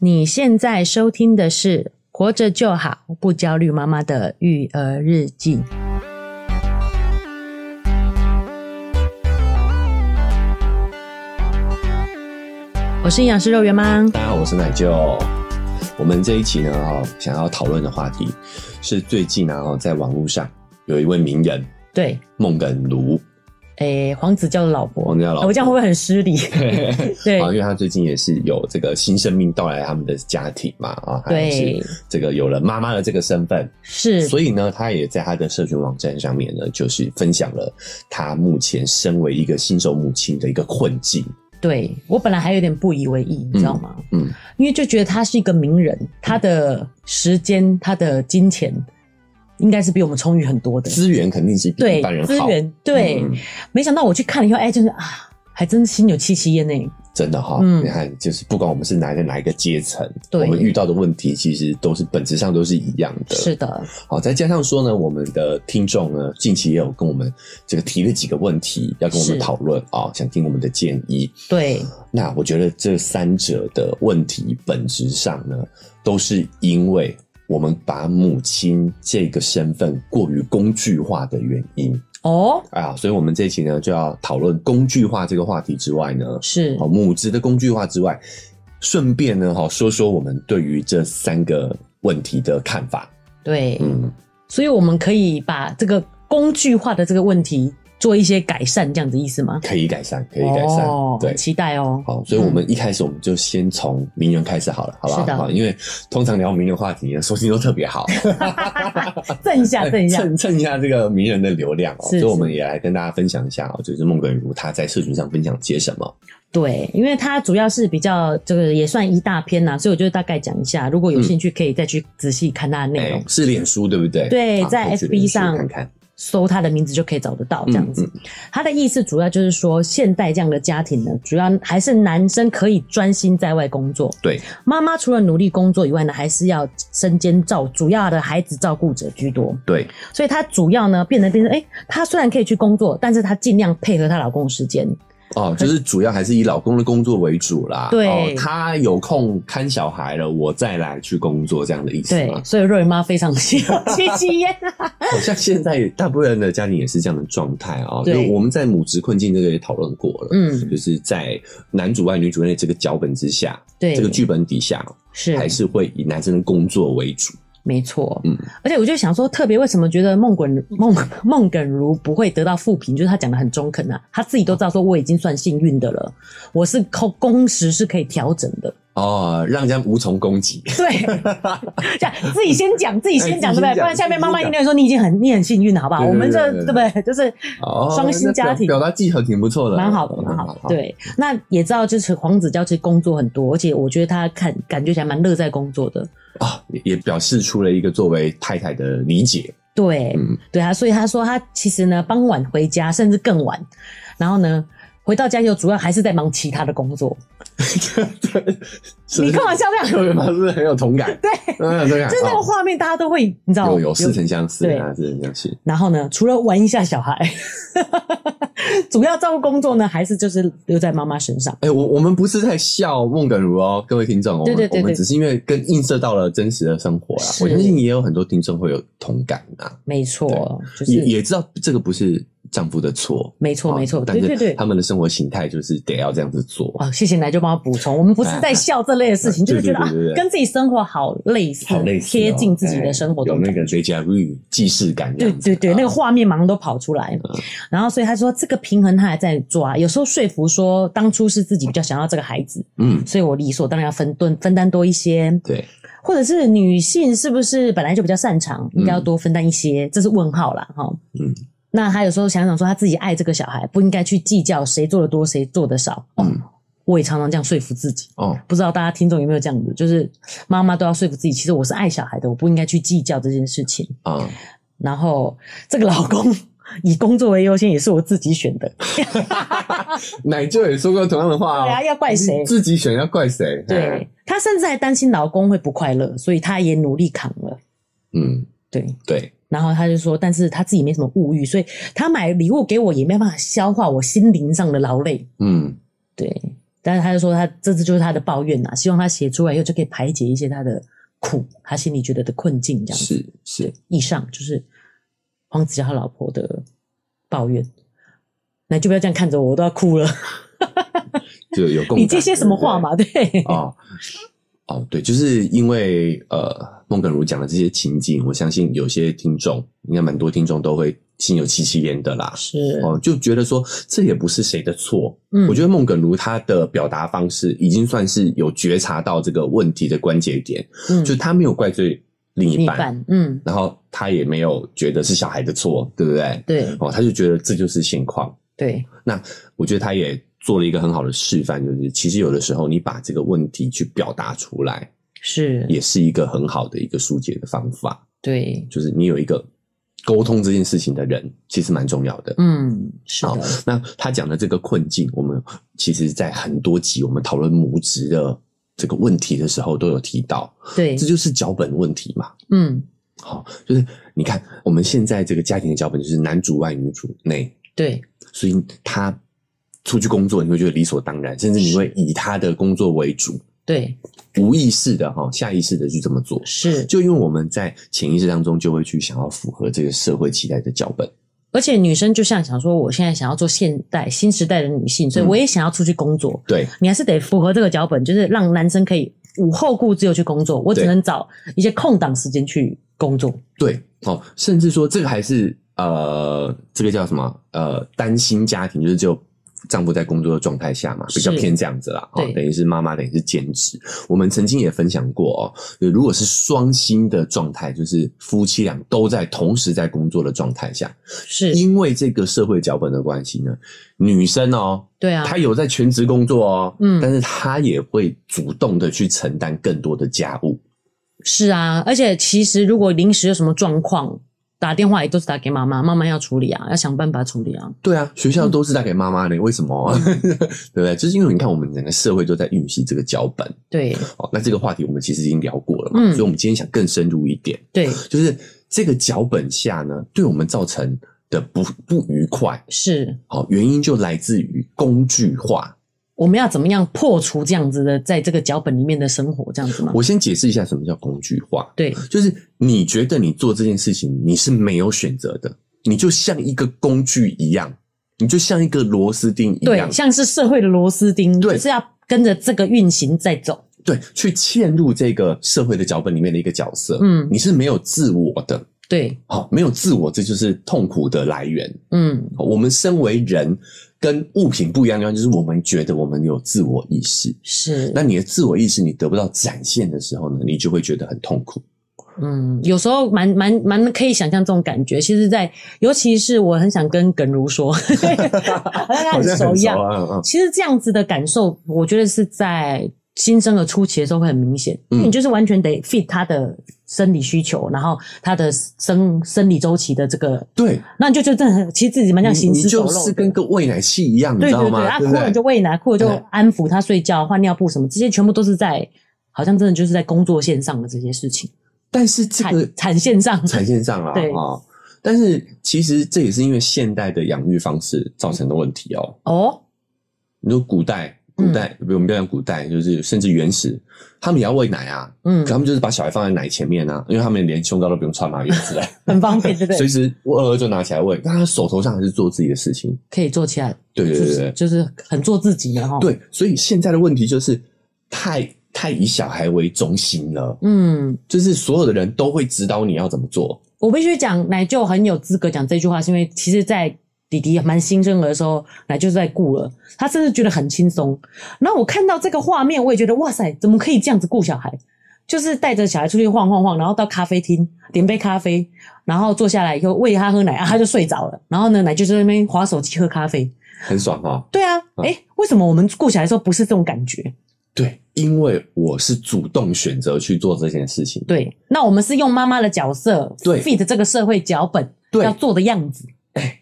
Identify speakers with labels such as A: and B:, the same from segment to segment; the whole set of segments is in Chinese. A: 你现在收听的是《活着就好，不焦虑妈妈的育儿日记》。我是营养师肉圆妈，
B: 大家好，我是奶舅。我们这一期呢，哈，想要讨论的话题是最近啊，哈在网络上有一位名人
A: 对，
B: 孟耿如，
A: 诶、黄子叫老婆，
B: 黄子佼老婆
A: 啊
B: 啊
A: 我这样会不会很失 礼？对
B: 啊，因为他最近也是有这个新生命到来他们的家庭嘛，啊，他也
A: 对
B: 是，这个有了妈妈的这个身份，
A: 是，
B: 所以呢，他也在他的社群网站上面呢，就是分享了他目前身为一个新手母亲的一个困境。
A: 对我本来还有点不以为意，你知道吗？
B: 嗯，
A: 因为就觉得他是一个名人，他的时间、他的金钱，应该是比我们充裕很多的。
B: 资源肯定是比
A: 对
B: 一般人，
A: 资
B: 好，
A: 源对、
B: 嗯
A: 没想到我去看了以后，哎，就是啊，还真心有戚戚焉呢。
B: 真的哈、
A: 嗯
B: 你看，就是不管我们是哪一个哪一个阶层，
A: 对
B: 我们遇到的问题其实都是本质上都是一样的。
A: 是的，
B: 好，再加上说呢，我们的听众呢，近期也有跟我们这个提了几个问题要跟我们
A: 是
B: 讨论啊，想听我们的建议。
A: 对，
B: 那我觉得这三者的问题本质上呢，都是因为我们把母亲这个身份过于工具化的原因
A: 哦，
B: 啊，所以我们这一期呢就要讨论工具化这个话题之外呢，
A: 是
B: 哦，母职的工具化之外，顺便呢，哈、说说我们对于这三个问题的看法。
A: 对、
B: 嗯，
A: 所以我们可以把这个工具化的这个问题做一些改善，这样子意思吗？
B: 可以改善，可以改善，
A: 哦、
B: 对
A: 很。期待哦。
B: 好，所以我们一开始我们就先从名人开始好了，好不
A: 是的
B: 好？好，因为通常聊名人话题呢，收听都特 别好，
A: 蹭一
B: 哎
A: 下，蹭一下，
B: 蹭蹭一下这个名人的流量哦。
A: 是
B: 所以我们
A: 是
B: 也来跟大家分享一下哦，就是孟耿如她在社群上分享些什么。
A: 对，因为它主要是比较这个也算一大篇啦，所以我就大概讲一下。如果
B: 嗯
A: 有兴趣，可以再去仔细看它的内容
B: 哎，，是脸书对不对？
A: 对
B: 好
A: 在
B: 可以去
A: FB
B: 脸书
A: 上
B: 看看。
A: 搜它的名字就可以找得到这样子
B: 嗯。
A: 他的意思主要就是说，现代这样的家庭呢，主要还是男生可以专心在外工作，
B: 对，
A: 妈妈除了努力工作以外呢，还是要身兼照主要的孩子照顾者居多。
B: 对，
A: 所以她主要呢，变得变成，哎、她虽然可以去工作，但是她尽量配合她老公的时间。
B: 哦，就是主要还是以老公的工作为主啦。
A: 对
B: 哦，他有空看小孩了，我再来去工作这样的意思
A: 对
B: 吗，？
A: 所以瑞妈非常喜欢 七七烟啊。
B: 好像现在大部分人的家庭也是这样的状态啊。
A: 对
B: 就我们在母职困境这个也讨论过了，
A: 嗯
B: 就是在男主外女主内这个脚本之下，
A: 对，
B: 这个剧本底下，
A: 是
B: 还是会以男生的工作为主。
A: 没错，
B: 嗯
A: 而且我就想说，特别为什么觉得孟 耿孟孟耿如不会得到负评，就是他讲的很中肯啊，他自己都知道说我已经算幸运的了，我是靠工时是可以调整 的，
B: 哦，让人家无从攻击。
A: 对，这样自己先讲，自己先讲，
B: 哎
A: 对不对？
B: 自己先讲
A: 不然下面妈妈
B: 自
A: 一
B: 己先讲
A: 定会说你已经很你很幸运了，好不好？
B: 对对
A: 我们这
B: 对
A: 对不对？就是
B: 哦，
A: 双薪家庭
B: 那表表达技巧挺不错的，哦
A: 蛮好的，蛮好的。，对，那也知道就是黄子佼其实工作很多，而且我觉得他看感觉起来蛮乐在工作的，
B: 啊，也也表示出了一个作为太太的理解。
A: 对，
B: 嗯
A: 对啊，所以他说他其实呢，傍晚回家甚至更晚，然后呢，回到家以后主要还是在忙其他的工作。
B: 对，是不是
A: 你干嘛笑这样？
B: 特别吗？是不是很 有同感？
A: 对，
B: 嗯，有同感。
A: 就是那个
B: 哦
A: 画面，大家都会你知道
B: 有有似曾相识
A: 对
B: 啊，似曾相识。
A: 然后呢，除了玩一下小孩， 主要照顾工作呢，还是就是留在妈妈身上。
B: 哎、我我们不是在笑孟耿如哦，各位听众，我们
A: 对对对
B: 我们
A: 对
B: 只是因为跟映射到了真实的生活啦。啊
A: 是
B: 我相信也有很多听众会有同感啊，
A: 没错，就
B: 也
A: 是
B: 也知道这个不是丈夫的错，
A: 没错
B: 啊
A: 没错，
B: 但
A: 对对
B: 是
A: 对。
B: 他们的生活形态就是得要这样子做。
A: 哦，谢谢奶就帮我补充，我们不是 在笑这类的事情，
B: 哎
A: 就是觉得啊
B: 对对对对，对
A: 跟自己生活好类似，
B: 好类似哦、
A: 贴近自己的生活
B: 哎
A: 中
B: 有那个 deja vu 既视感这
A: 对
B: 样子嗯
A: 对对，
B: 啊，
A: 那个画面马上都跑出来。然后，所以他说这个平衡他还在抓，有时候说服说当初是自己比较想要这个孩子，
B: 嗯，
A: 所以我理所当然要分分分担多一些，
B: 对，
A: 或者是女性是不是本来就比较擅长，应该要多分担一些，这是问号啦，哈。
B: 嗯，
A: 那他有时候想想说他自己爱这个小孩，不应该去计较谁做的多谁做的少。哦
B: 嗯，
A: 我也常常这样说服自己。
B: 哦，
A: 不知道大家听众有没有这样子，就是妈妈都要说服自己，其实我是爱小孩的，我不应该去计较这件事情。
B: 啊、
A: 然后这个老公以工作为优先也是我自己选的，
B: 奶舅也说过同样的话、哦，
A: 对啊，要怪谁
B: 你？自己选要怪谁？
A: 对，她甚至还担心老公会不快乐，所以她也努力扛了。
B: 嗯，
A: 对，
B: 对，
A: 然后她就说，但是她自己没什么物欲，所以她买礼物给我也没办法消化我心灵上的劳累。
B: 嗯，
A: 对，但是他就说他这次就是他的抱怨呐，希望他写出来以后就可以排解一些他的苦，他心里觉得的困境这样子。
B: 是是，
A: 以上就是黄子佼他老婆的抱怨，那就不要这样看着我，我都要哭了。
B: 就有共
A: 你
B: 感
A: 接些什么话？嘛？对，
B: 对不对哦哦，对，就是因为呃，孟耿如讲的这些情景，我相信有些听众，应该蛮多听众都会心有戚戚焉的啦。
A: 是，
B: 哦，就觉得说这也不是谁的错。
A: 嗯
B: 我觉得孟耿如她的表达方式已经算是有觉察到这个问题的关节点，
A: 嗯
B: 就她没有怪罪另
A: 另
B: 一
A: 一
B: 半，
A: 半，嗯，
B: 然后她也没有觉得是小孩的错，对不对？
A: 对
B: 哦，她就觉得这就是现况。
A: 对，
B: 我觉得她也做了一个很好的示范，就是其实有的时候你把这个问题去表达出来，
A: 是，
B: 也是一个很好的一个疏解的方法，
A: 对，
B: 就是你有一个沟通这件事情的人，其实蛮重要的。
A: 嗯，是的，
B: 那他讲的这个困境，我们其实，在很多集我们讨论母职的这个问题的时候，都有提到，
A: 对
B: 这，就是脚本问题嘛。
A: 嗯，
B: 好，就是你看我们现在这个家庭的脚本就是男主外女主内，
A: 对，
B: 所以他出去工作，你会觉得理所当然，甚至你会以他的工作为主，
A: 对，
B: 无意识的哈，下意识的去这么做。
A: 是，
B: 就因为我们在潜意识当中就会去想要符合这个社会期待的脚本，
A: 而且女生就像想说，我现在想要做现代新时代的女性，所以
B: 嗯
A: 我也想要出去工作。
B: 对，
A: 你还是得符合这个脚本，就是让男生可以无后顾之忧去工作。我只
B: 对
A: 能找一些空档时间去工作。
B: 对，哦，甚至说这个还是呃，这个叫什么？呃，单薪家庭，就是只有丈夫在工作的状态下嘛，比较
A: 是
B: 偏这样子啦。哦
A: 对，
B: 等于是妈妈，等于是兼职。我们曾经也分享过哦，就如果是双薪的状态，就是夫妻俩都在同时在工作的状态下，
A: 是，
B: 因为这个社会脚本的关系呢，女生哦。
A: 对啊，
B: 她有在全职工作哦，
A: 嗯
B: 但是她也会主动的去承担更多的家务，
A: 是啊。而且其实如果临时有什么状况，打电话也都是打给妈妈，妈妈要处理啊，要想办法处理啊。
B: 对啊，嗯学校都是带给妈妈的，为什么？ 对不对？就是因为你看，我们整个社会都在运行这个脚本。
A: 对
B: 哦，那这个话题我们其实已经聊过了嘛，
A: 嗯
B: 所以我们今天想更深入一点，
A: 对，
B: 就是这个脚本下呢，对我们造成的不不愉快，
A: 是。
B: 好、原因就来自于工具化。
A: 我们要怎么样破除这样子的，在这个脚本里面的生活，这样子吗？
B: 我先解释一下什么叫工具化，
A: 对，
B: 就是你觉得你做这件事情你是没有选择的，你就像一个工具一样，你就像一个螺丝钉一样
A: 对，，像是社会的螺丝钉，
B: 对
A: 就是要跟着这个运行在走。
B: 对，去嵌入这个社会的脚本里面的一个角色，
A: 嗯
B: 你是没有自我的，
A: 对，
B: 好、没有自我，这就是痛苦的来源。
A: 嗯，
B: 好我们身为人，跟物品不一样的地方，就是我们觉得我们有自我意识。
A: 是
B: 那。你的自我意识你得不到展现的时候呢，你就会觉得很痛苦。
A: 嗯，有时候蛮蛮蛮可以想象这种感觉。其实在，尤其是我很想跟耿如 说，好像他很熟一样。
B: 啊，嗯嗯
A: 其实这样子的感受，我觉得是在新生儿初期的时候会很明显，
B: 嗯
A: 你就是完全得 fit 他的生理需求，然后他的生生理周期的这个，
B: 对，
A: 那你就就真的很其实自己蛮像
B: 你
A: 行
B: 你
A: 尸走
B: 就
A: 肉
B: 是
A: 的。
B: 跟个喂奶器一样，你
A: 对
B: 知道
A: 对对，
B: 吗？
A: 啊，
B: 对
A: 哭
B: 不
A: 了
B: 对
A: 就？喂奶，哭了就
B: 对
A: 安抚他睡觉、换尿布什么，这些全部都是在好像真的就是在工作线上的这些事情，
B: 但是这
A: 产
B: 个
A: 产线上，
B: 产线上啊，
A: 对
B: 哦，但是其实这也是因为现代的养育方式造成的问题哦。
A: 哦，
B: 你说古代，古代，不，我们不要讲古代，就是甚至原始，他们也要喂奶啊，
A: 嗯
B: 可，他们就是把小孩放在奶前面啊，因为他们连胸罩都不用穿嘛，原始人
A: 很方便，对不
B: 随
A: 对？
B: 时我儿就拿起来喂，但他手头上还是做自己的事情。
A: 可以做起来，
B: 对对
A: 就
B: 对
A: 是
B: 对
A: 就是很做自己的哈。，
B: 对，所以现在的问题就是太太以小孩为中心了，
A: 嗯，
B: 就是所有的人都会指导你要怎么做。
A: 我必须讲，奶舅很有资格讲这句话，是因为其实，在弟弟蛮新生儿的时候，奶舅在顾了，他甚至觉得很轻松。然后我看到这个画面，我也觉得哇塞，怎么可以这样子顾小孩？就是带着小孩出去晃晃晃，然后到咖啡厅点杯咖啡，然后坐下来以后喂他喝奶，啊、他就睡着了。然后呢，奶舅就在那边划手机喝咖啡。
B: 很爽哦，
A: 对啊，
B: 嗯
A: 诶，为什么我们顾小孩的时候不是这种感觉？
B: 对，因为我是主动选择去做这件事情。
A: 对，那我们是用妈妈的角色
B: 对
A: fit 这个社会脚本
B: 对
A: 要做的样子。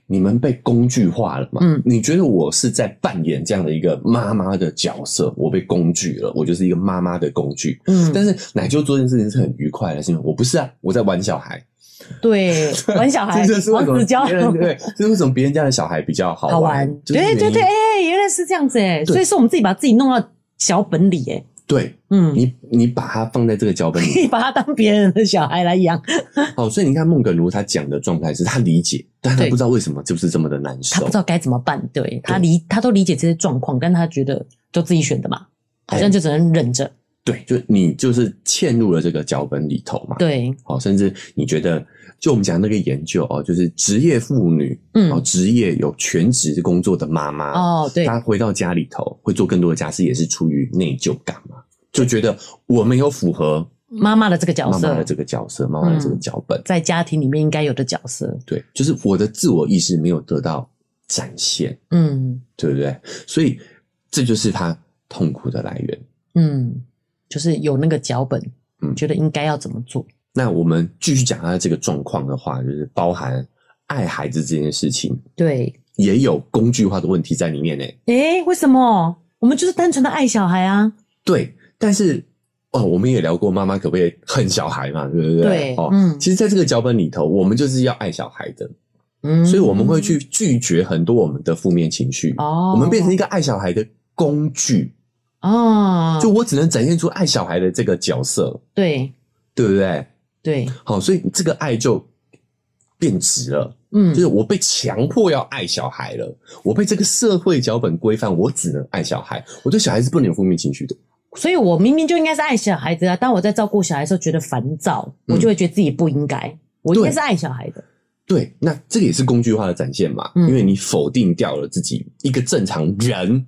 B: 你们被工具化了嘛？
A: 嗯
B: 你觉得我是在扮演这样的一个妈妈的角色，我被工具了，我就是一个妈妈的工具。
A: 嗯，
B: 但是奶舅做这件事情是很愉快的，是因为我不是啊，我在玩小孩，
A: 对，玩小孩，
B: 这就是为
A: 哎王
B: 什么
A: 子娇
B: 别人对，这是为什么别人家的小孩比较好
A: 好玩，
B: 就是
A: 对对对，
B: 原因
A: 哎、原来是这样子哎、
B: 对
A: 所以说我们自己把自己弄到小本里哎、
B: 对
A: 嗯，
B: 你，你把它放在这个脚本
A: 可
B: 里。
A: 以把他当别人的小孩来养，
B: 哦好，所以你看孟耿如他讲的状态是他理解，但他
A: 对
B: 不知道为什么就是这么的难
A: 他
B: 受
A: 不知。道该怎么办，对他理他都理解这些状况，但他觉得都自己选的嘛，好像就只能忍着，
B: 对，就你就是嵌入了这个脚本里头嘛。
A: 对，
B: 好，哦甚至你觉得，就我们讲那个研究哦，就是职业妇女，
A: 嗯
B: 哦，职业有全职工作的妈妈，
A: 哦，对，
B: 她回到家里头会做更多的家事，也是出于内疚感嘛，就觉得我没有符合
A: 妈妈的这个角
B: 妈
A: 色
B: 妈的这个角色，妈妈的这个
A: 嗯
B: 脚本，
A: 在家庭里面应该有的角色，
B: 对，就是我的自我意识没有得到展现，
A: 嗯
B: 对不对？所以这就是她痛苦的来源。
A: 嗯，就是有那个脚本，
B: 嗯
A: 觉得应该要怎么做，
B: 那我们继续讲她这个状况的话，就是包含爱孩子这件事情，
A: 对，
B: 也有工具化的问题在里面呢、
A: 诶，为什么？我们就是单纯的爱小孩啊，
B: 对，但是哦，我们也聊过妈妈可不可以恨小孩嘛，对不对？
A: 对
B: 哦，
A: 嗯
B: 其实在这个脚本里头，我们就是要爱小孩的，
A: 嗯，
B: 所以我们会去拒绝很多我们的负面情绪，
A: 哦，
B: 我们变成一个爱小孩的工具，
A: 哦，
B: 就我只能展现出爱小孩的这个角色，
A: 对
B: 对不对？
A: 对，
B: 好，所以这个爱就变质了。
A: 嗯，
B: 就是我被强迫要爱小孩了，我被这个社会脚本规范，我只能爱小孩，我对小孩是不能有负面情绪的。
A: 所以我明明就应该是爱小孩子啊。当我在照顾小孩的时候觉得烦躁，
B: 嗯
A: 我就会觉得自己不应该，我应该
B: 对
A: 是爱小孩的。
B: 对，那这个也是工具化的展现嘛，
A: 嗯
B: 因为你否定掉了自己一个正常人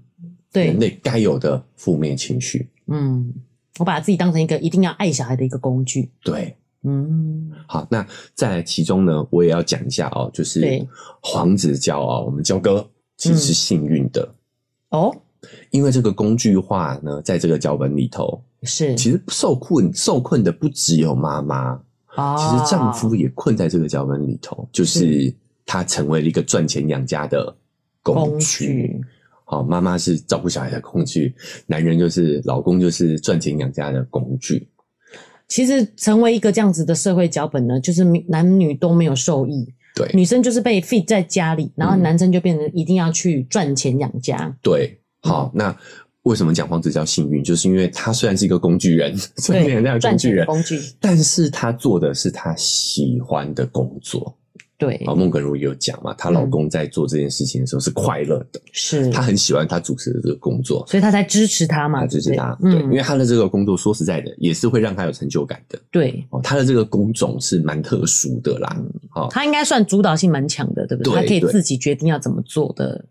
A: 对
B: 人，类该有的负面情绪。
A: 嗯，我把自己当成一个一定要爱小孩的一个工具。
B: 对，
A: 嗯，
B: 好，那在其中呢，我也要讲一下哦，就是
A: 对
B: 黄子佼哦，我们焦哥其实是幸运的，
A: 哦，
B: 因为这个工具化呢，在这个脚本里头，
A: 是，
B: 其实受困受困的不只有妈妈，
A: 其
B: 其实丈夫也困在这个脚本里头，就是他成为了一个赚钱养家的工
A: 工
B: 具。
A: 具，
B: 好，哦妈妈是照顾小孩的工具，男人就是老公就是赚钱养家的工具。
A: 其实成为一个这样子的社会脚本呢，就是男女都没有受益。
B: 对
A: 女生就是被 fit 在家里，然后
B: 嗯
A: 男生就变成一定要去赚钱养家。
B: 对，好，那为什么讲黄子佼幸运？就是因为他虽然是一个工具人， 赚钱养家的工
A: 赚
B: 具
A: 钱的
B: 人，
A: 工具。
B: 但是他做的是他喜欢的工作。
A: 对
B: 啊，，孟耿如也有讲嘛，她老
A: 嗯
B: 公在做这件事情的时候是快乐的，
A: 是，
B: 她很喜欢她主持的这个工作，
A: 所以他才支持他嘛，
B: 他支持
A: 对
B: 他，对，
A: 嗯
B: 因为，他的这个工作说实在的，也是会让他有成就感的
A: 对，
B: 哦。他的这个工种是蛮特殊的啦，好、
A: 他应该算主导性蛮强的，对不对？
B: 对
A: 他可以
B: 对
A: 自己决定要怎么做的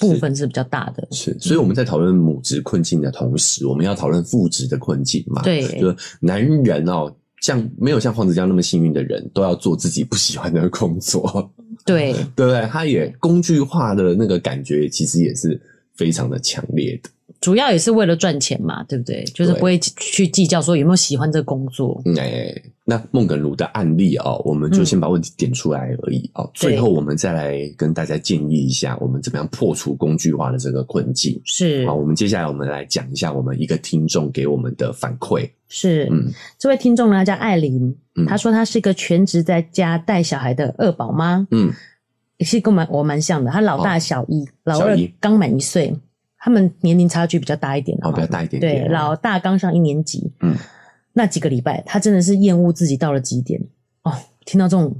A: 部分是比较大的，
B: 是，所以我们在讨论母职困境的同时，我们要讨论父职的困境嘛？，
A: 对，
B: 就是男人哦，像没有像黄子佼那么幸运的人，都要做自己不喜欢的工作，
A: 对，
B: 对不对？他也工具化的那个感觉，其实也是非常的强烈的。
A: 主要也是为了赚钱嘛，对不对？就是
B: 对
A: 不会去计较说有没有喜欢这个工作，
B: 嗯哎、那孟耿如的案例哦，我们就
A: 嗯
B: 先把问题点出来而已哦。
A: 对
B: 最后我们再来跟大家建议一下，我们怎么样破除工具化的这个困境。
A: 是
B: 好，我们接下来我们来讲一下我们一个听众给我们的反馈。
A: 是。
B: 嗯，
A: 这位听众呢叫艾琳
B: 嗯，
A: 她说她是一个全职在家带小孩的二宝妈，
B: 嗯，
A: 也是跟我们我蛮像的，她老大小一，老二
B: 哦小一
A: 刚满一岁，他们年龄差距比较大一点啊
B: 好，比较大一点点。
A: 对，老大刚上一年级，
B: 嗯
A: 嗯，那几个礼拜，他真的是厌恶自己到了极点哦。听到这种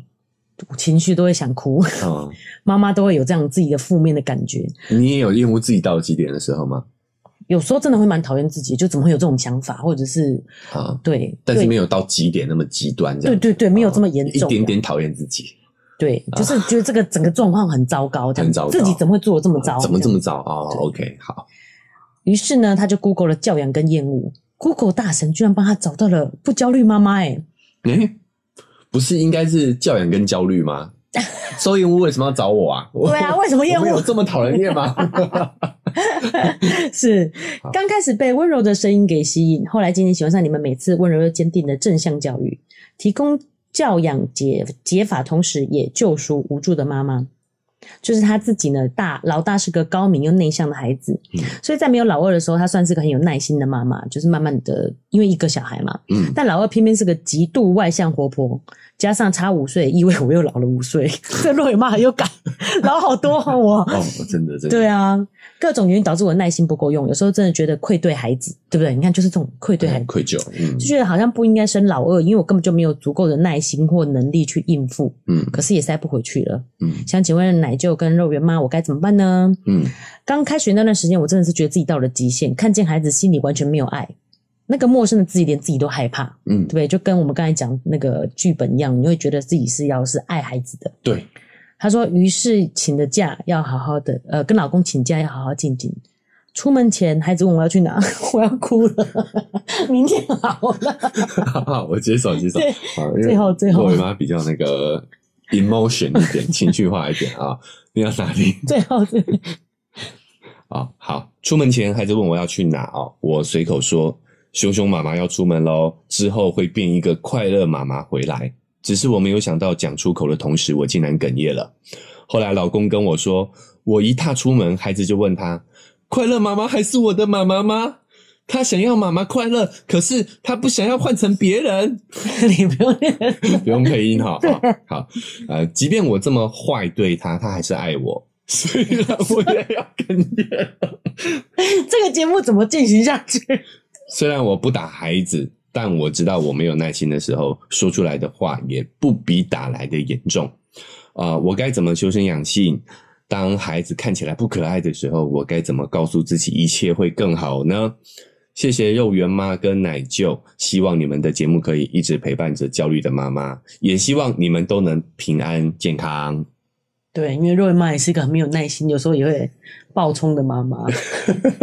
A: 情绪都会想哭，
B: 嗯，
A: 妈妈都会有这样自己的负面的感觉。
B: 你也有厌恶自己到几点的时候吗？
A: 有时候真的会蛮讨厌自己，就怎么会有这种想法，或者是
B: 啊，
A: 对，
B: 但是
A: 对
B: 没有到极点那么极端，这
A: 对
B: 样哦
A: 对对，没有这么严
B: 一
A: 重、啊
B: 点，点讨厌自己，
A: 对，就是觉得这个整个状况很糟糕，这样
B: 很糟糕
A: 自己怎么会做的这么糟？
B: 怎么这
A: 样
B: 么早哦
A: 对
B: o k 好，
A: 于是呢，他就 Google 了教养跟厌恶，Google 大神居然帮他找到了不焦虑妈妈、哎，
B: 诶、不是应该是教养跟焦虑吗？收厌恶为什么要找我啊？我
A: 对啊，为什么厌
B: 我们
A: 恶
B: 有？这么讨人 厌吗？
A: 是
B: 好
A: 刚开始被温柔的声音给吸引，后来渐渐喜欢上你们每次温柔又坚定的正向教育，提供教养解解法，同时也救赎无助的妈妈。就是他自己呢，大老大是个高明又内向的孩子，
B: 嗯
A: 所以在没有老二的时候，他算是个很有耐心的妈妈，就是慢慢的，因为一个小孩嘛，
B: 嗯
A: 但老二偏偏是个极度外向活泼，加上差五岁，意味我又老了五岁。 这落雨骂又改， 老好多哦我。
B: 哦，真的，真的，
A: 对啊，各种原因导致我耐心不够用，有时候真的觉得愧对孩子，对不对？你看，就是这种愧对孩子，
B: 愧疚，嗯
A: 就觉得好像不应该生老二，因为我根本就没有足够的耐心或能力去应付，
B: 嗯
A: 可是也塞不回去了。
B: 嗯
A: 想请问奶舅跟肉圆妈，我该怎么办呢？
B: 嗯，
A: 刚开学那段时间，我真的是觉得自己到了极限，看见孩子心里完全没有爱，那个陌生的自己连自己都害怕，
B: 嗯
A: 对不，对？就跟我们刚才讲那个剧本一样，你会觉得自己是要是爱孩子的。
B: 对，
A: 他说，于是请的假要好好的，呃，跟老公请假要好好静静。出门前，孩子问我要去哪， 我要哭了。 明天好 了，
B: 哈哈，我接手接手
A: 对，
B: 好，因为
A: 最后最后
B: 我妈比较那个 emotion 一点， 情绪化一点啊，你要哪里？
A: 最后是
B: 啊，好，出门前孩子问我要去哪哦，我随口说，熊熊妈妈要出门喽，之后会变一个快乐妈妈回来。只是我没有想到讲出口的同时，我竟然哽咽了。后来老公跟我说，我一踏出门，孩子就问他：“快乐妈妈还是我的妈妈吗？”他想要妈妈快乐，可是他不想要换成别人。
A: 你不用念了，
B: 不用配音哈、哦。好，呃，即便我这么坏对他，他还是爱我。虽然我也要哽咽，
A: 这个节目怎么进行下去？
B: 虽然我不打孩子，但我知道我没有耐心的时候说出来的话，也不比打来的严重。啊、我该怎么修身养性？当孩子看起来不可爱的时候，我该怎么告诉自己一切会更好呢？谢谢肉圆妈跟奶舅，希望你们的节目可以一直陪伴着焦虑的妈妈，也希望你们都能平安健康。
A: 对，因为若瑞妈也是一个很没有耐心，有时候也会爆冲的妈 妈。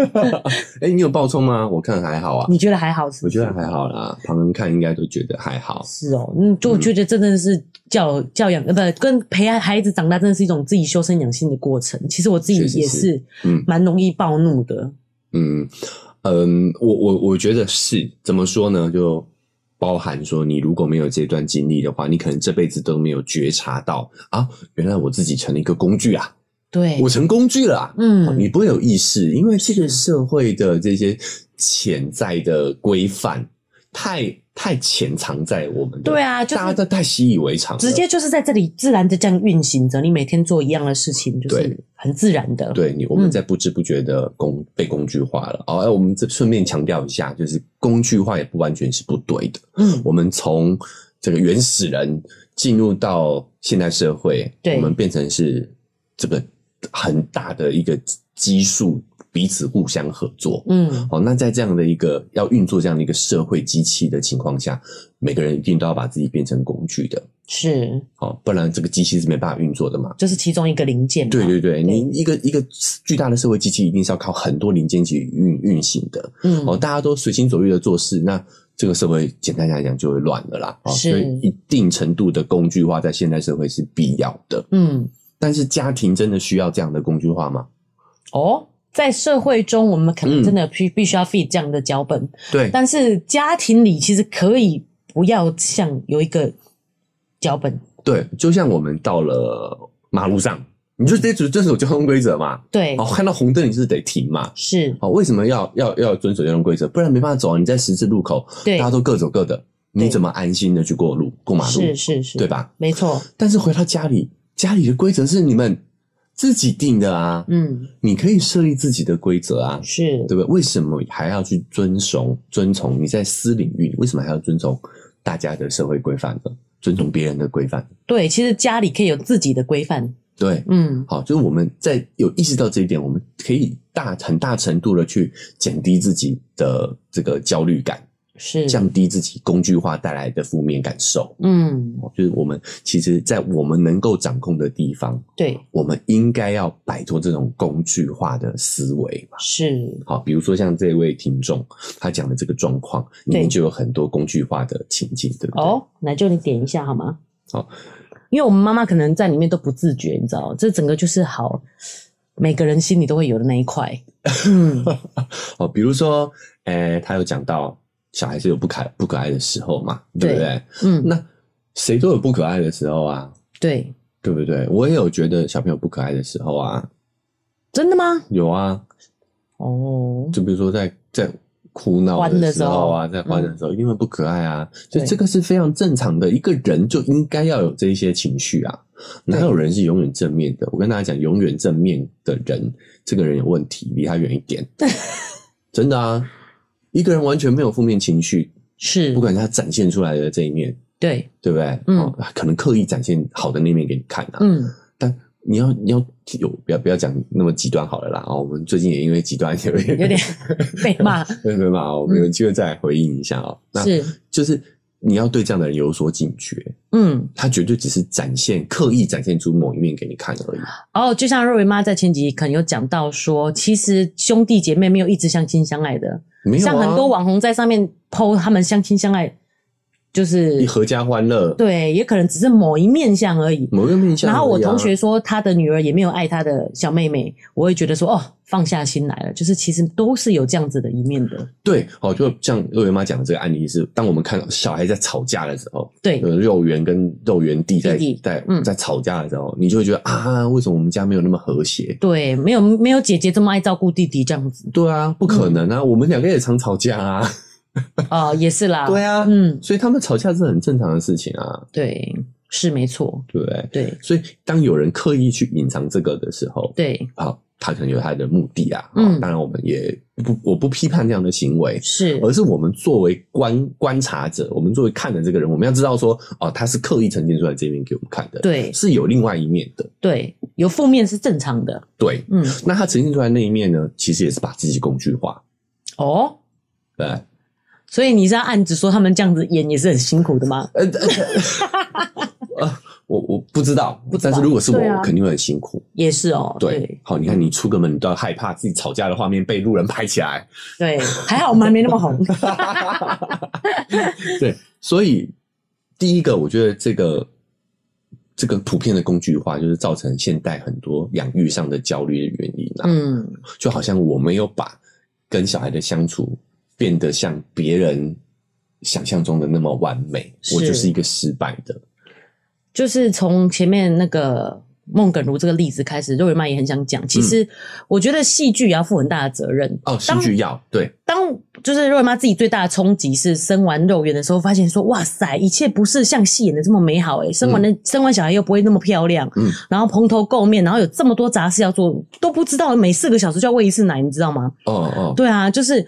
B: 哎、你有爆冲吗？我看还好啊，
A: 你觉得还好是不
B: 我
A: 是？
B: 觉得还好啦，旁人看应该都觉得还好。
A: 是哦，嗯，就我觉得真的是教教养，呃，不，跟陪孩子长大，真的是一种自己修身养性的过程。其实我自己
B: 是是
A: 也
B: 是
A: 是
B: 嗯
A: 蛮容易暴怒的，
B: 嗯嗯，我我我觉得是怎么说呢？就包含说，你如果没有这段经历的话，你可能这辈子都没有觉察到啊，原来我自己成了一个工具啊，
A: 对
B: 我，成工具了、啊。
A: 嗯，
B: 你不会有意识，因为这个社会的这些潜在的规范，太太潜藏在我们的
A: 对啊就是
B: 大家都太习以为常了，
A: 直接就是在这里自然的这样运行着，你每天做一样的事情，就是
B: 对
A: 很自然的。，
B: 对你，我们在不知不觉的工、被工具化了。哦，哎，我们这顺便强调一下，就是工具化也不完全是不对的。
A: 嗯，
B: 我们从这个原始人进入到现代社会，
A: 对
B: 我们变成是这个很大的一个基数，彼此互相合作。哦
A: 嗯，
B: 好，那在这样的一个要运作这样的一个社会机器的情况下，每个人一定都要把自己变成工具的，
A: 是，
B: 哦，不然这个机器是没办法运作的嘛。
A: 就是其中一个零件嘛。
B: 对对对，你一个一个巨大的社会机器一定是要靠很多零件去运运行的。
A: 嗯，
B: 哦，大家都随心所欲的做事，那这个社会简单来讲就会乱了啦。哦，
A: 是
B: 所以一定程度的工具化在现代社会是必要的。
A: 嗯，
B: 但是家庭真的需要这样的工具化吗？
A: 哦，在社会中，我们可能
B: 嗯
A: 真的必必须要 feed 这样的脚本，
B: 对，
A: 但是家庭里其实可以不要像有一个脚本，
B: 对，就像我们到了马路上，你就得遵遵守交通规则嘛。
A: 对，
B: 哦，看到红灯你就是得停嘛。
A: 是，
B: 哦，为什么要要要遵守交通规则？不然没办法走啊！你在十字路口，
A: 对
B: 大家，都各走各的，
A: 对
B: 你怎么安心的去过路过马路？
A: 是是是，
B: 对？吧？
A: 没错，
B: 但是回到家里，家里的规则是你们自己定的啊，
A: 嗯，
B: 你可以设立自己的规则啊，
A: 是，
B: 对不对？为什么还要去遵从遵从你在私领域？为什么还要遵从大家的社会规范呢？遵从别人的规范？
A: 对，其实家里可以有自己的规范，
B: 对，
A: 嗯，
B: 好，就是我们在有意识到这一点，我们可以大很大程度的去减低自己的这个焦虑感，
A: 是，
B: 降低自己工具化带来的负面感受。
A: 嗯，
B: 哦就是我们其实，在我们能够掌控的地方，
A: 对，
B: 我们应该要摆脱这种工具化的思维嘛。
A: 是，
B: 好，比如说像这位听众他讲的这个状况，里
A: 对
B: 面就有很多工具化的情境，对不对？
A: 哦，奶就你点一下好吗？
B: 好，
A: 因为我们妈妈可能在里面都不自觉，你知道，这整个就是好，每个人心里都会有的那一 块，嗯，
B: 哦，比如说，诶，他有讲到小孩子有不可不可爱的时候嘛，对不
A: 对
B: 对？
A: 嗯，
B: 那谁都有不可爱的时候啊，
A: 对，
B: 对不对？我也有觉得小朋友不可爱的时候啊，
A: 真的吗？
B: 有啊，
A: 哦，
B: 就比如说在在哭闹
A: 欢的时
B: 时
A: 候嗯
B: 候啊，在欢的时候一定会不可爱啊，所以这个是非常正常的，一个人就应该要有这些情绪啊，哪有人是永远正面的？我跟大家讲，永远正面的人，这个人有问题，离他远一 点，真的啊，一个人完全没有负面情绪，
A: 是
B: 不，管是他展现出来的这一面，
A: 对，
B: 对不对？
A: 嗯
B: 哦，可能刻意展现好的那一面给你看啊，
A: 嗯，
B: 但你要你要有不要不要讲那么极端好了啦啊、哦！我们最近也因为极端有点
A: 有点被骂，
B: 对对嘛，我们有机会再来回应一下哦。那
A: 嗯是，
B: 就是你要对这样的人有所警觉，
A: 嗯，
B: 他绝对只是展现刻意展现出某一面给你看而已。
A: 哦，就像若维妈在前集可能有讲到说，其实兄弟姐妹没有一直相亲相爱的，
B: 没有、啊，
A: 像很多网红在上面 PO 他们相亲相爱，就是
B: 一合家欢乐，，
A: 对，也可能只是某一面相而已。
B: 某一个面向、啊
A: 然后我同学，说他的女儿也没有爱他的小妹妹，我会觉得说哦，放下心来了，就是其实都是有这样子的一面的，
B: 对，哦，就像肉圆妈讲的这个案例是，当我们看到小孩在吵架的时候，
A: 对，
B: 呃，肉圆跟肉圆弟在
A: 弟弟
B: 在
A: 嗯
B: 在吵架的时候，你就会觉得啊，为什么我们家没有那么和谐？
A: 对，没有没有姐姐这么爱照顾弟弟这样子
B: 对啊，不可能
A: 嗯
B: 啊，我们两个也常吵架啊，
A: 啊、也是啦，
B: 对啊，
A: 嗯，
B: 所以他们吵架是很正常的事情啊，
A: 对，是没错，
B: 对不对？
A: 对
B: 所以当有人刻意去隐藏这个的时候，
A: 对
B: 好，他可能有他的目的啊。
A: 嗯
B: 嗯，当然我们也不，我不批判这样的行为，
A: 是，
B: 而是我们作为观观察者，我们作为看的这个人，我们要知道说，哦，他是刻意呈现出来这一面给我们看的，，
A: 对
B: 是有另外一面的，
A: 对，有负面是正常的，
B: 对。
A: 嗯，
B: 那他呈现出来那一面呢，其实也是把自己工具化，
A: 哦，
B: 对。
A: 所以你是要暗指说他们这样子演也是很辛苦的吗？
B: 呃，呃 呃我我不知道，
A: 不知道
B: 但是如果是我，
A: 对啊
B: 我肯定会很辛苦。
A: 也是哦，
B: 对，好，你看你出个门，你都要害怕自己吵架的画面被路人拍起来。
A: 对，还好我们还没那么 红，
B: 对，所以第一个，我觉得这个这个普遍的工具化，就是造成现代很多养育上的焦虑的原因啊。
A: 嗯，
B: 就好像我没有把跟小孩的相处变得像别人想象中的那么完美，我
A: 是
B: 就是一个失败的。
A: 就是从前面那个孟耿如这个例子开始，肉圆妈也很想讲。其实我觉得戏剧也要负很大的责任。
B: 哦，戏剧要对，
A: 当就是肉圆妈自己最大的冲击是生完肉圆的时候，发现说哇塞，一切不是像戏演的这么美好诶、欸生完的、生完小孩又不会那么漂亮，
B: 嗯
A: 然后蓬头垢面，然后有这么多杂事要做，都不知道每四个小时就要喂一次奶，你知道吗？
B: 哦哦，
A: 对啊，就是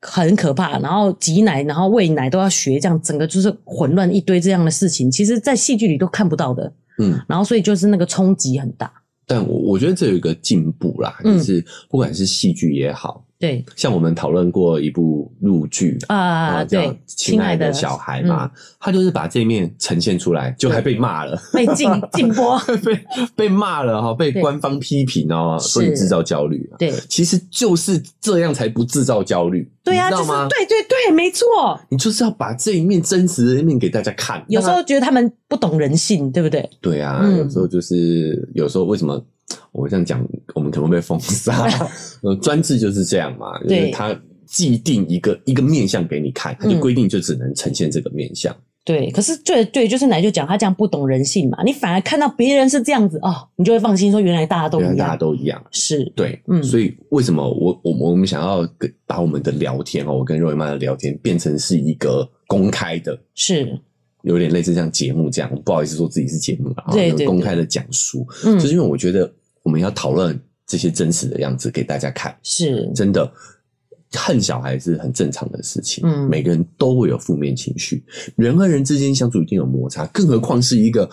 A: 很可怕。然后挤奶，然后喂奶都要学，这样整个就是混乱一堆这样的事情，其实在戏剧里都看不到的。
B: 嗯，
A: 然后所以就是那个冲击很大。
B: 但我我觉得这有一个进步啦，
A: 嗯
B: 就是不管是戏剧也好，
A: 对
B: 像我们讨论过一部陆剧
A: 啊，
B: 叫
A: 对
B: 《哦呃亲爱的小孩》嘛，
A: 嗯
B: 他就是把这一面呈现出来，就还被骂了，
A: 被禁禁播，
B: 被被骂了哈，被
A: 对
B: 官方批评哦，
A: 是
B: 说你制造焦虑啊。
A: 对
B: 其实就是这样才不制造焦虑，
A: 对啊，
B: 你
A: 就
B: 知
A: 是
B: 道吗？
A: 对对对，没错。
B: 你就是要把这一面真实的一面给大家看。
A: 有时
B: 让
A: 候觉得他们不懂人性，对不对？
B: 他对啊，
A: 嗯
B: 有时候就是有时候为什么我这样讲，我们可能会被 封杀。呃专制就是这样嘛，就是
A: 对嗯
B: 他既定一个一个面相给你看，他就规定就只能呈现这个面相。
A: 对，可是对对，就是奶就讲他这样不懂人性嘛，你反而看到别人是这样子哦，你就会放心说原来大家都
B: 对啊，
A: 一
B: 大家
A: 样，
B: 都一样。
A: 是
B: 对，
A: 嗯
B: 所以为什么我我我们想要跟把我们的聊天哦，我跟肉圆妈的聊天变成是一个公开的，
A: 是，
B: 有点类似像节目这样，不好意思说自己是节目了，
A: 对
B: 然后
A: 对
B: 公开的讲述，
A: 嗯
B: 就是因为我觉得我们要讨论这些真实的样子给大家看，
A: 是，
B: 真的。恨小孩是很正常的事情，
A: 嗯
B: 每个人都会有负面情绪，人和人之间相处一定有摩擦，更何况是一个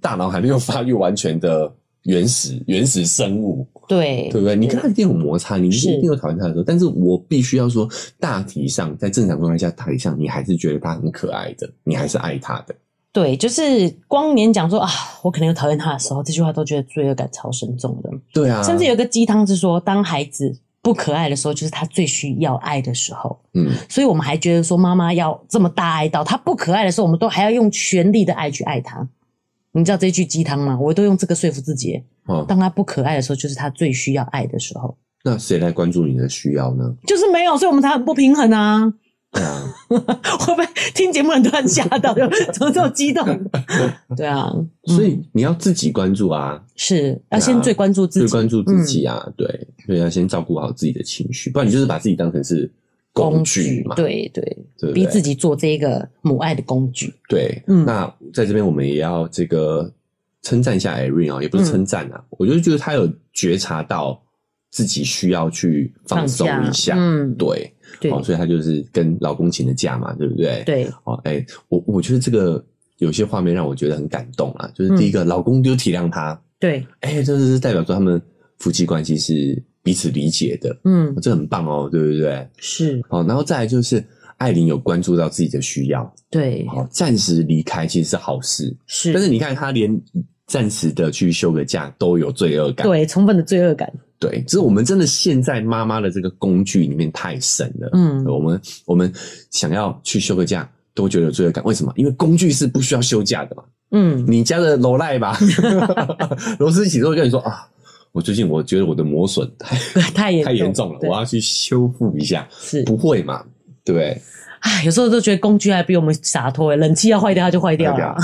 B: 大脑还没有发育完全的原始原始生物，
A: 对
B: 对不对？你跟他一定有摩擦，你一
A: 是
B: 定一定有讨厌他的时候。但是我必须要说，大体上在正常状态下，大体上你还是觉得他很可爱的，你还是爱他的。
A: 对，就是光连讲说啊，我可能有讨厌他的时候，这句话都觉得罪恶感超深重的。
B: 对啊，
A: 甚至有一个鸡汤是说，当孩子不可爱的时候，就是他最需要爱的时候。
B: 嗯，
A: 所以我们还觉得说，妈妈要这么大爱到他不可爱的时候，我们都还要用全力的爱去爱他。你知道这句鸡汤吗？我都用这个说服自己。
B: 哦，
A: 当他不可爱的时候，就是他最需要爱的时候，
B: 那谁来关注你的需要呢？
A: 就是没有，所以我们才很不平衡啊！
B: 对啊，
A: 会不会听节目的人都很吓到，就怎么这么激动？对啊，嗯
B: 所以你要自己关注啊，
A: 是要
B: 对
A: 先
B: 啊
A: 最关注自
B: 最
A: 己，
B: 嗯关注自己啊，对，所以要先照顾好自己的情绪，不然你就是把自己当成是工具嘛，
A: 对对，
B: 对不
A: 逼
B: 对？
A: 自己做这个母爱的工具。
B: 对，
A: 嗯
B: 那在这边我们也要这个称赞一下 Irene 啊、也不是称赞啊，我就觉得她有觉察到自己需要去放松一下，
A: 嗯，
B: 对，
A: 对
B: 哦，所以她就是跟老公请了假嘛，对不对？，
A: 对，
B: 哦，哎、我我觉得这个有些画面让我觉得很感动啊，就是第一个，老公就体谅她，
A: 对，
B: 哎、这是代表说他们夫妻关系是彼此理解的，
A: 嗯，
B: 这很棒哦，对不对？
A: 是，
B: 好、然后再来就是艾琳有关注到自己的需要，
A: 对，
B: 好、暂时离开其实是好事，
A: 是，
B: 但是你看她连暂时的去休个假都有罪恶感，
A: 对充分的罪恶感，
B: 对，只是我们真的陷在妈妈的这个工具里面太深了，
A: 嗯
B: 对我们我们想要去休个假。都觉得有罪恶感，为什么？因为工具是不需要休假的嘛。
A: 嗯，
B: 你家的罗赖吧，罗斯奇都会跟你说啊，我最近我觉得我的磨损太
A: 太严
B: 太严重了，
A: 对
B: 我要去修复一下。
A: 是，
B: 不会嘛？对不对？
A: 哎，有时候都觉得工具还比我们洒脱欸，冷气要坏掉它就坏掉了，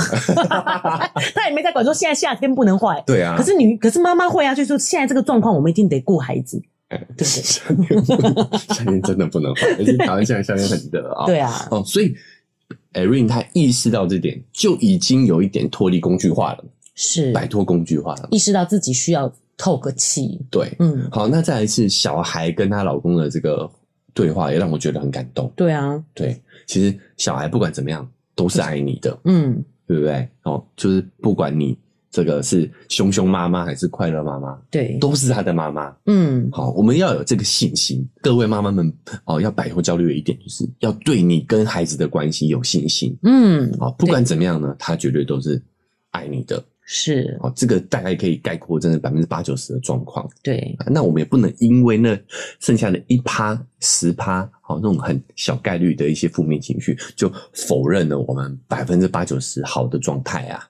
A: 他也没在管说现在夏天不能坏，
B: 对啊
A: 可， 是你，可是妈妈会啊，就说现在这个状况，我们一定得顾孩子，
B: 哎
A: 对不对？
B: 夏天不能夏天真的不能换，而且台湾现在夏天很热啊。
A: 对啊，
B: 哦，所以 Erin 她意识到这点，就已经有一点脱离工具化了，
A: 是
B: 摆脱工具化了。
A: 意识到自己需要透个气，
B: 对，
A: 嗯，
B: 好，那再来是小孩跟她老公的这个对话，也让我觉得很感动。
A: 对啊，
B: 对，其实小孩不管怎么样都是爱你的，
A: 嗯，
B: 对不对？哦，就是不管你这个是熊熊妈妈还是快乐妈妈，
A: 对，
B: 都是他的妈妈。
A: 嗯，
B: 好，我们要有这个信心，各位妈妈们哦，要摆脱焦虑的一点就是要对你跟孩子的关系有信心
A: 嗯，
B: 哦，不管怎么样呢，他绝对都是爱你的
A: 是，
B: 哦，这个大概可以概括真的百分之八九十的状况。
A: 对，
B: 啊那我们也不能因为那剩下的一趴、十趴，好那种很小概率的一些负面情绪，就否认了我们百分之八九十好的状态啊，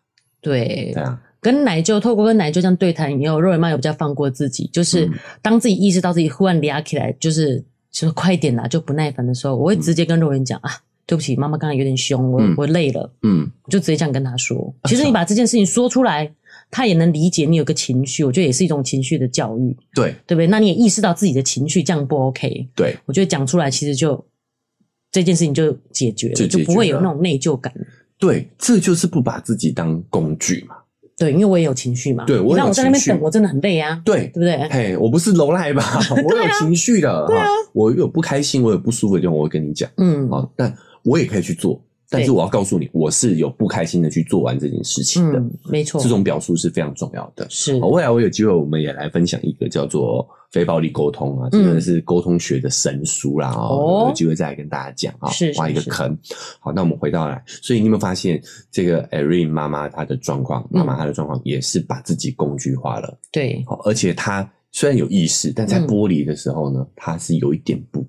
A: 对
B: 对，啊，
A: 跟奶舅透过跟奶舅这样对谈以后，肉圆妈有比较放过自己，就是
B: 嗯
A: 当自己意识到自己忽然嗲起来，就是就是快一点啦，就不耐烦的时候，我会直接跟肉圆讲、啊，对不起，妈妈刚才有点凶，我、
B: 嗯啊
A: 我累了，
B: 嗯，
A: 我就直接这样跟她说。其实你把这件事情说出来，她也能理解你有个情绪，我觉得也是一种情绪的教育，
B: 对
A: 对不对？那你也意识到自己的情绪，这样不 OK。
B: 对，
A: 我觉得讲出来，其实就这件事情就解决了，
B: 就
A: 就
B: 解决
A: 不会有
B: 了
A: 那种内疚感。
B: 对，这就是不把自己当工具嘛。
A: 对，因为我也有情绪嘛，
B: 对我
A: 你
B: 也
A: 让
B: 有
A: 我在那边
B: 情绪
A: 等，我真的很累啊，对，
B: 对
A: 不对？
B: 嘿，我不是楼 赖吧？我有情绪的，
A: 对啊
B: 哈我有不开心，我有不舒服的地方，我会跟你讲。
A: 嗯，
B: 好，但我也可以去做，但是我要告诉你，我是有不开心的去做完这件事情的。
A: 嗯，没错，
B: 这种表述是非常重要的。
A: 是
B: 好未来我有机会，我们也来分享一个叫做非暴力沟通啊，这个
A: 嗯
B: 是沟通学的神书啦
A: 哦
B: 哦，有机会再来跟大家讲啊，
A: 是是
B: 挖一个
A: 是
B: 坑。好，那我们回到来，所以你有没有发现这个 Erin 妈妈她的状况，妈
A: 嗯
B: 妈她的状况也是把自己工具化了。
A: 对，
B: 好，而且他虽然有意识，但在
A: 嗯
B: 剥离的时候呢，他是有一点不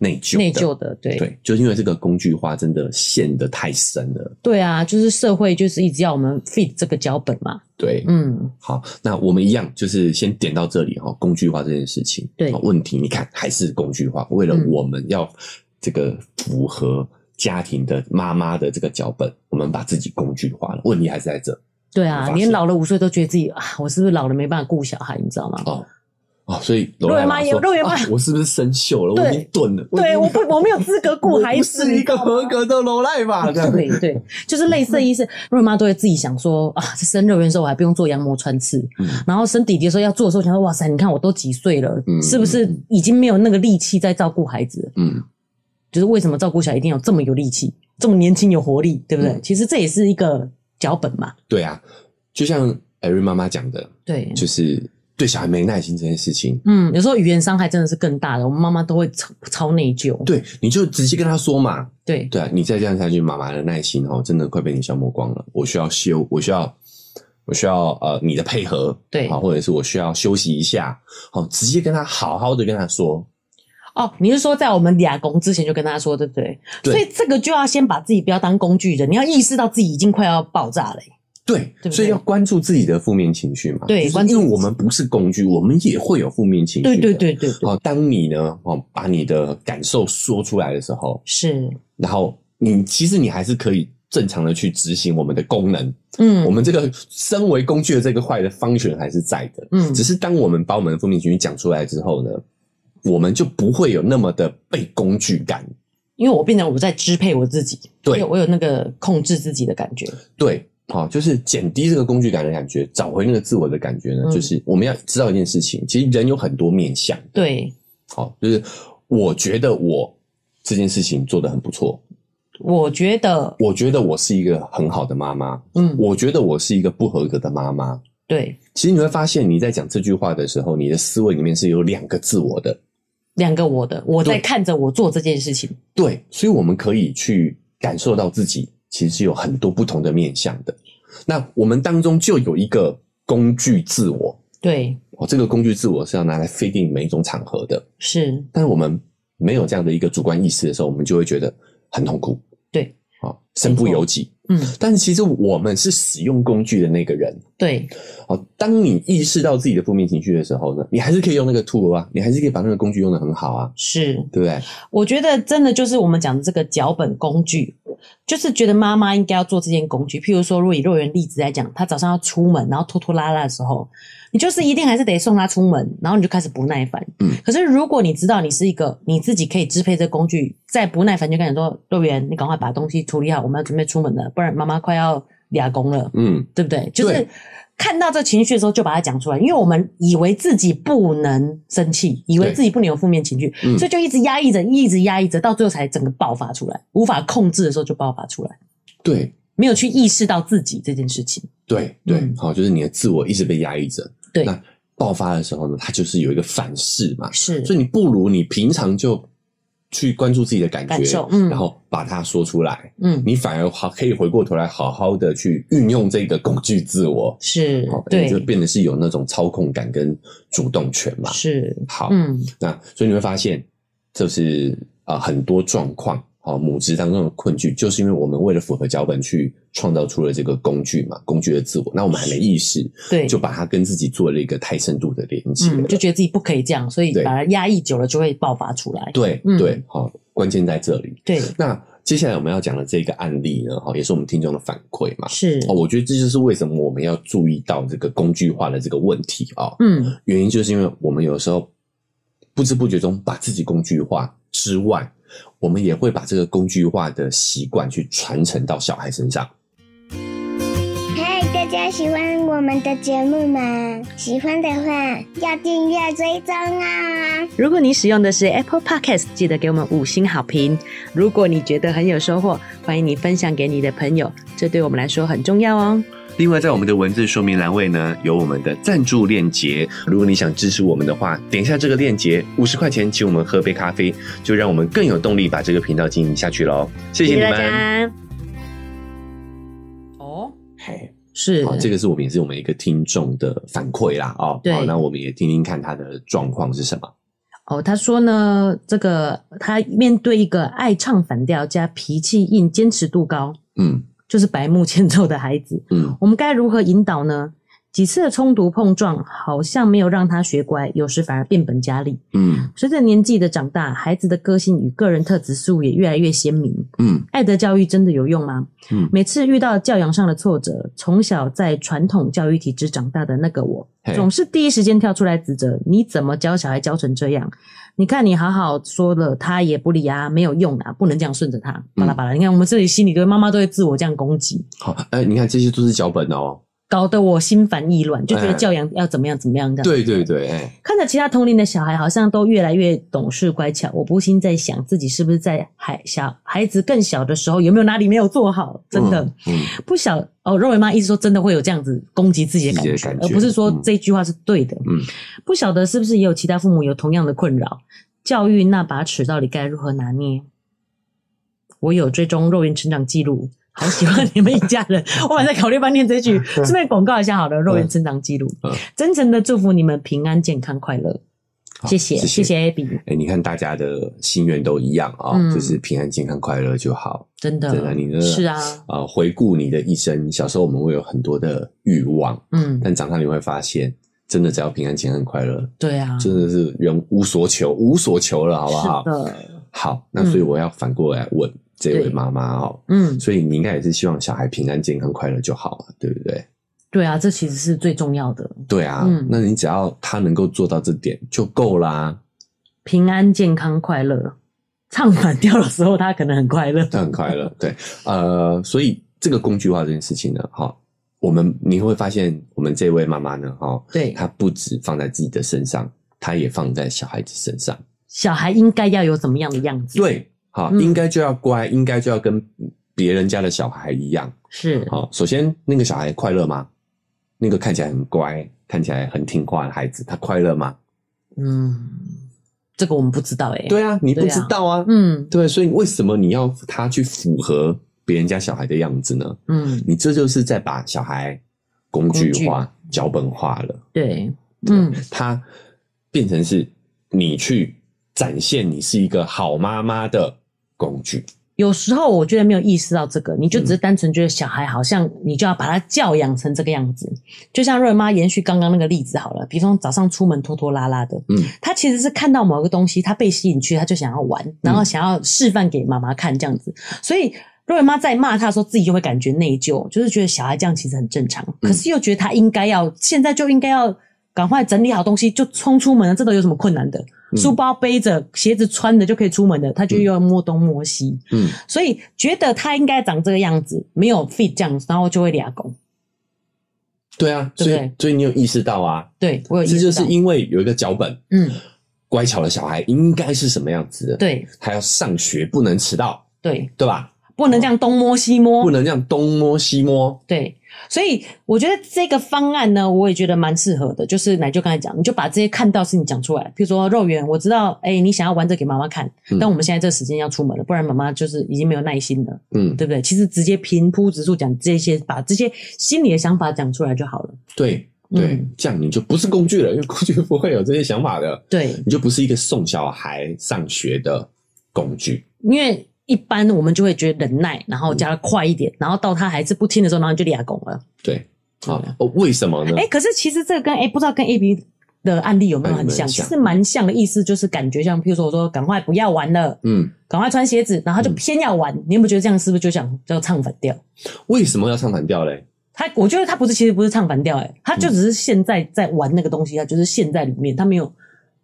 B: 内疚的
A: 内疚的，对
B: 对，就是因为这个工具化真的陷得太深了。
A: 对啊，就是社会就是一直要我们 fit 这个脚本嘛，
B: 对，
A: 嗯，
B: 好，那我们一样就是先点到这里哈、工具化这件事情。
A: 对
B: 好问题你看还是工具化，为了
A: 嗯
B: 我们要这个符合家庭的妈妈的这个脚本，我们把自己工具化了，问题还是在这
A: 对啊
B: 我，发现
A: 连老了五岁都觉得自己啊，我是不是老了没办法顾小孩，你知道吗？
B: 哦。哦，所以罗
A: 肉圆
B: 兰
A: 妈
B: 妈
A: 也
B: 说
A: 肉圆妈
B: 啊我是不是生锈了？我
A: 对
B: 已经钝了。已
A: 对，
B: 经
A: 我不，我没有资格顾孩子，
B: 我不是一个合格的罗赖吧？这样
A: 对对，就是类似的意思。瑞妈都会自己想说啊，这生肉圆的时候我还不用做羊膜穿刺，
B: 嗯
A: 然后生弟弟的时候要做的时候，想说哇塞，你看我都几岁了，
B: 嗯
A: 是不是已经没有那个力气在照顾孩子了？
B: 嗯，
A: 就是为什么照顾小孩一定要这么有力气，这么年轻有活力，对不对？
B: 嗯
A: 其实这也是一个脚本嘛。
B: 对啊，就像艾瑞妈妈讲的，
A: 对，
B: 就是对小孩没耐心这件事情，
A: 嗯，有时候语言伤害真的是更大的，我们妈妈都会超超内疚。
B: 对，你就直接跟他说嘛，
A: 对
B: 对啊，你再这样下去，妈妈的耐心哦，真的快被你消磨光了。我需要休，我需要，我需要呃你的配合，
A: 对
B: 好，或者是我需要休息一下，好，直接跟他好好的跟他说，
A: 哦，你是说在我们俩工之前就跟他说，对不对？
B: 对
A: 所以这个就要先把自己不要当工具人，你要意识到自己已经快要爆炸了。
B: 对，
A: 对不
B: 所以
A: 对
B: 要关注自己的负面情绪嘛，
A: 对
B: 就是
A: 关注
B: 因为我们不是工具，我们也会有负面情绪，
A: 对对。对对对，
B: 哦，当你呢，哦，把你的感受说出来的时候，
A: 是，
B: 然后你其实你还是可以正常的去执行我们的功能，我
A: 嗯
B: 们这个身为工具的这个坏的方选还是在的，
A: 嗯
B: 只是当我们把我们的负面情绪讲出来之后呢，我们就不会有那么的被工具感。
A: 因为我变得我在支配我自己，
B: 对
A: 因为我有那个控制自己的感觉。
B: 对，好、就是减低这个工具感的感觉，找回那个自我的感觉呢，
A: 嗯
B: 就是我们要知道一件事情，其实人有很多面相。
A: 对
B: 好、就是我觉得我这件事情做得很不错，
A: 我觉得，
B: 我觉得我是一个很好的妈妈，
A: 嗯，
B: 我觉得我是一个不合格的妈妈。
A: 对，
B: 其实你会发现，你在讲这句话的时候，你的思维里面是有两个自我的。
A: 两个我的，我在
B: 对
A: 看着我做这件事情。
B: 对，所以我们可以去感受到自己其实是有很多不同的面向的。那我们当中就有一个工具自我，
A: 对，
B: 哦，这个工具自我是要拿来 fit 定每一种场合的。
A: 是，
B: 但是我们没有这样的一个主观意识的时候，我们就会觉得很痛苦，
A: 对，
B: 哦，身不由己。
A: 嗯，
B: 但是其实我们是使用工具的那个人。
A: 对，
B: 哦，当你意识到自己的负面情绪的时候呢，你还是可以用那个 tool 啊，你还是可以把那个工具用的很好啊，
A: 是。
B: 对不对？
A: 我觉得真的就是我们讲的这个脚本工具，就是觉得妈妈应该要做这件工具。譬如说，如果以肉圆例子来讲，她早上要出门，然后拖拖拉拉的时候，你就是一定还是得送她出门，然后你就开始不耐烦。
B: 嗯，
A: 可是如果你知道你是一个你自己可以支配这个工具，再不耐烦就跟你说，肉圆，你赶快把东西处理好，我们要准备出门了，不然妈妈快要俩工了。
B: 嗯，
A: 对不对？就是
B: 对
A: 看到这情绪的时候，就把它讲出来，因为我们以为自己不能生气，以为
B: 对
A: 自己不能有负面情绪，
B: 嗯
A: 所以就一直压抑着，一直压抑着，到最后才整个爆发出来，无法控制的时候就爆发出来，
B: 对
A: 没有去意识到自己这件事情。
B: 对对，好、
A: 嗯
B: 就是你的自我一直被压抑着，
A: 对
B: 那爆发的时候呢，它就是有一个反噬嘛，
A: 是，
B: 所以你不如你平常就去关注自己的感觉，
A: 感受嗯
B: 然后把它说出来，
A: 嗯，
B: 你反而好可以回过头来好好的去运用这个工具自我，
A: 是
B: 好，
A: 对
B: 你就，变得是有那种操控感跟主动权嘛。
A: 是，
B: 好，
A: 嗯，
B: 那所以你会发现，就是啊、呃很多状况。啊，母职当中的困局，就是因为我们为了符合脚本去创造出了这个工具嘛，工具的自我，那我们还没意识，
A: 对，
B: 就把它跟自己做了一个太深度的连接了。
A: 嗯，就觉得自己不可以这样，所以
B: 对
A: 把它压抑久了就会爆发出来。
B: 对
A: 嗯
B: 对，好、关键在这里。
A: 对，
B: 那接下来我们要讲的这个案例呢，哈，也是我们听众的反馈嘛。
A: 是
B: 哦，，我觉得这就是为什么我们要注意到这个工具化的这个问题啊、哦。
A: 嗯，
B: 原因就是因为我们有时候不知不觉中把自己工具化之外，我们也会把这个工具化的习惯去传承到小孩身上。
C: 嗨，大家喜欢我们的节目吗？喜欢的话要订阅追踪啊！
A: 如果你使用的是 Apple Podcast，记得给我们五星好评。如果你觉得很有收获，欢迎你分享给你的朋友，这对我们来说很重要哦。
B: 另外，在我们的文字说明栏位呢，有我们的赞助链接。如果你想支持我们的话，点一下这个链接，五十块钱请我们喝杯咖啡，就让我们更有动力把这个频道经营下去喽。谢谢你们。
A: 家。哦，
B: 嘿，
A: 是
B: 好，这个是我们也是我们一个听众的反馈啦，哦，
A: 对
B: 好，那我们也听听看他的状况是什么。
A: 哦，他说呢，这个他面对一个爱唱反调加脾气硬、坚持度高，
B: 嗯
A: 就是白目欠揍的孩子，
B: 嗯
A: 我们该如何引导呢？几次的冲突碰撞好像没有让他学乖，有时反而变本加厉。
B: 嗯
A: 随着年纪的长大，孩子的个性与个人特质似乎也越来越鲜明。
B: 嗯
A: 爱的教育真的有用吗？
B: 嗯
A: 每次遇到教养上的挫折，从小在传统教育体制长大的那个我
B: 嘿，
A: 总是第一时间跳出来指责：你怎么教小孩教成这样？你看你好好说了，他也不理啊，没有用啊，不能这样顺着
B: 嗯
A: 他。巴拉巴拉，你看我们这里心里对妈妈都会自我这样攻击，
B: 好，哎、你看这些都是脚本哦。
A: 搞得我心烦意乱，就觉得
B: 哎
A: 教养要怎么样怎么样这样。
B: 对对对，哎、
A: 看着其他同龄的小孩好像都越来越懂事乖巧，我不禁在想，自己是不是在孩小孩子更小的时候，有没有哪里没有做好？真的、
B: 嗯，
A: 不小哦。肉圆妈一直说，真的会有这样子攻击自己的感觉，
B: 自己的感觉嗯
A: 而不是说这句话是对的。
B: 嗯嗯，
A: 不晓得是不是也有其他父母有同样的困扰？教育那把尺到底该如何拿捏？我有追踪肉圆成长记录，好喜 欢你们一家人。我还在考虑半天这句，顺便广告一下好了，肉圆成长记录
B: 嗯，
A: 真诚的祝福你们平安、健康、快乐。
B: 好
A: 谢谢，谢
B: 谢
A: 谢 Abby，
B: 哎、你看大家的心愿都一样啊、
A: 嗯
B: 就是平安、健康、快乐就好。
A: 真
B: 真的，
A: 的，
B: 你的
A: 是啊，
B: 呃，回顾你的一生，小时候我们会有很多的欲望，
A: 嗯，
B: 但长大你会发现，真的只要平安、健康、快乐，
A: 对啊，
B: 真的是人无所求，无所求了，好不好
A: 是？的，嗯
B: 好，那所以我要反过来问这位
A: 对
B: 妈妈哦，
A: 嗯，
B: 所以你应该也是希望小孩平安、健康、快乐就好嘛，对不对？
A: 对啊，这其实是最重要的。
B: 对啊，
A: 嗯
B: 那你只要他能够做到这点就够啦。
A: 平安、健康、快乐。唱反调的时候，他可能很快 乐。
B: 他很快乐，对，呃，所以这个工具化这件事情呢，哈、我们你会发现，我们这位妈妈呢，哈、
A: 对，
B: 她不止放在自己的身上，她也放在小孩子身上。
A: 小孩应该要有怎么样的样子？，
B: 对，好、
A: 嗯
B: 应该就要乖，应该就要跟别人家的小孩一样。
A: 是，
B: 好、首先那个小孩快乐吗？那个看起来很乖、看起来很听话的孩子，他快乐吗？
A: 嗯，这个我们不知道哎、欸。，
B: 对啊，你不
A: 对啊
B: 知道啊，
A: 嗯
B: 对，所以为什么你要他去符合别人家小孩的样子呢？
A: 嗯，
B: 你这就是在把小孩工具化、脚本化了，
A: 对，嗯
B: 他变成是你去展现你是一个好妈妈的工具。嗯
A: 有时候我觉得没有意识到这个，你就只是单纯觉得小孩好像你就要把他教养成这个样子。就像瑞妈延续刚刚那个例子好了，比方早上出门拖拖拉拉的，
B: 嗯，
A: 他其实是看到某个东西，他被吸引去，他就想要玩，然
B: 嗯
A: 后想要示范给妈妈看这样子。所以瑞妈在骂他的时候，自己就会感觉内疚，就是觉得小孩这样其实很正常，
B: 嗯
A: 可是又觉得他应该要现在就应该要赶快整理好东西就冲出门了，这都有什么困难的？
B: 嗯
A: 书包背着，鞋子穿着就可以出门的，他就又要摸东摸西。
B: 嗯，
A: 所以觉得他应该长这个样子，没有 fit 这样，然后就会俩拱。
B: 对啊，所
A: 对
B: 以
A: 不对
B: 所以你有意识到啊，
A: 对我有意
B: 这
A: 识
B: 就
A: 到
B: 是，因为有一个脚本，
A: 嗯，
B: 乖巧的小孩应该是什么样子的？，
A: 对
B: 他要上学不能迟到，
A: 对，
B: 对吧？
A: 不能这样东摸西摸，
B: 不能这样东摸西摸。
A: 对，所以我觉得这个方案呢，我也觉得蛮适合的。就是奶就刚才讲，你就把这些看到事情讲出来。比如说肉圆，我知道，哎、你想要玩这给妈妈看，
B: 嗯
A: 但我们现在这个时间要出门了，不然妈妈就是已经没有耐心了，
B: 嗯，
A: 对不对？其实直接平铺直述讲这些，把这些心里的想法讲出来就好了。
B: 对对，
A: 嗯
B: 这样你就不是工具了，因为工具不会有这些想法的。
A: 对，
B: 你就不是一个送小孩上学的工具。
A: 因为一般我们就会觉得忍耐，然后加快一点，然后到他还是不听的时候，然后你就俩拱了。
B: 对，啊
A: 对、
B: 哦，为什么呢？
A: 哎、可是其实这个跟哎、不知道跟 A B 的案例有没有
B: 哎
A: 很
B: 蛮
A: 像？其
B: 像
A: 实蛮像的意思，就是感觉像，譬如说我说赶快不要玩了，
B: 嗯，
A: 赶快穿鞋子，然后他就
B: 嗯
A: 偏要玩，你有没有觉得这样是不是就想叫唱反调？
B: 为什么要唱反调嘞？
A: 他我觉得他不是，其实不是唱反调，哎，他就只是现在在玩那个东西，他就是陷在里面，他没有，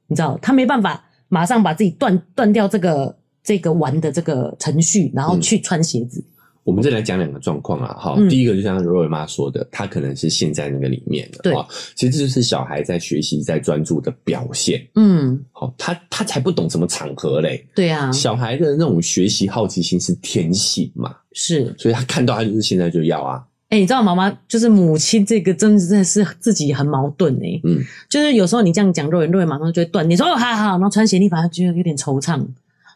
A: 你知道，他没办法马上把自己断断掉这个这个玩的这个程序，然后
B: 嗯
A: 去穿鞋子，
B: 我们再来讲两个状况啊，哈、
A: 嗯
B: 第一个就像若瑞妈说的，她可能是陷在那个里面的，
A: 对
B: 哈其实这就是小孩在学习、在专注的表现，
A: 嗯，
B: 好、他他才不懂什么场合嘞。
A: 对啊，
B: 小孩的那种学习好奇心是天性嘛，
A: 是，
B: 所以他看到他就是现在就要啊，
A: 哎、你知道妈妈就是母亲这个真的真的是自己很矛盾哎、
B: 嗯，
A: 就是有时候你这样讲，肉圆肉圆马上就会断，你说哦还好，然后穿鞋你反而觉得有点惆怅。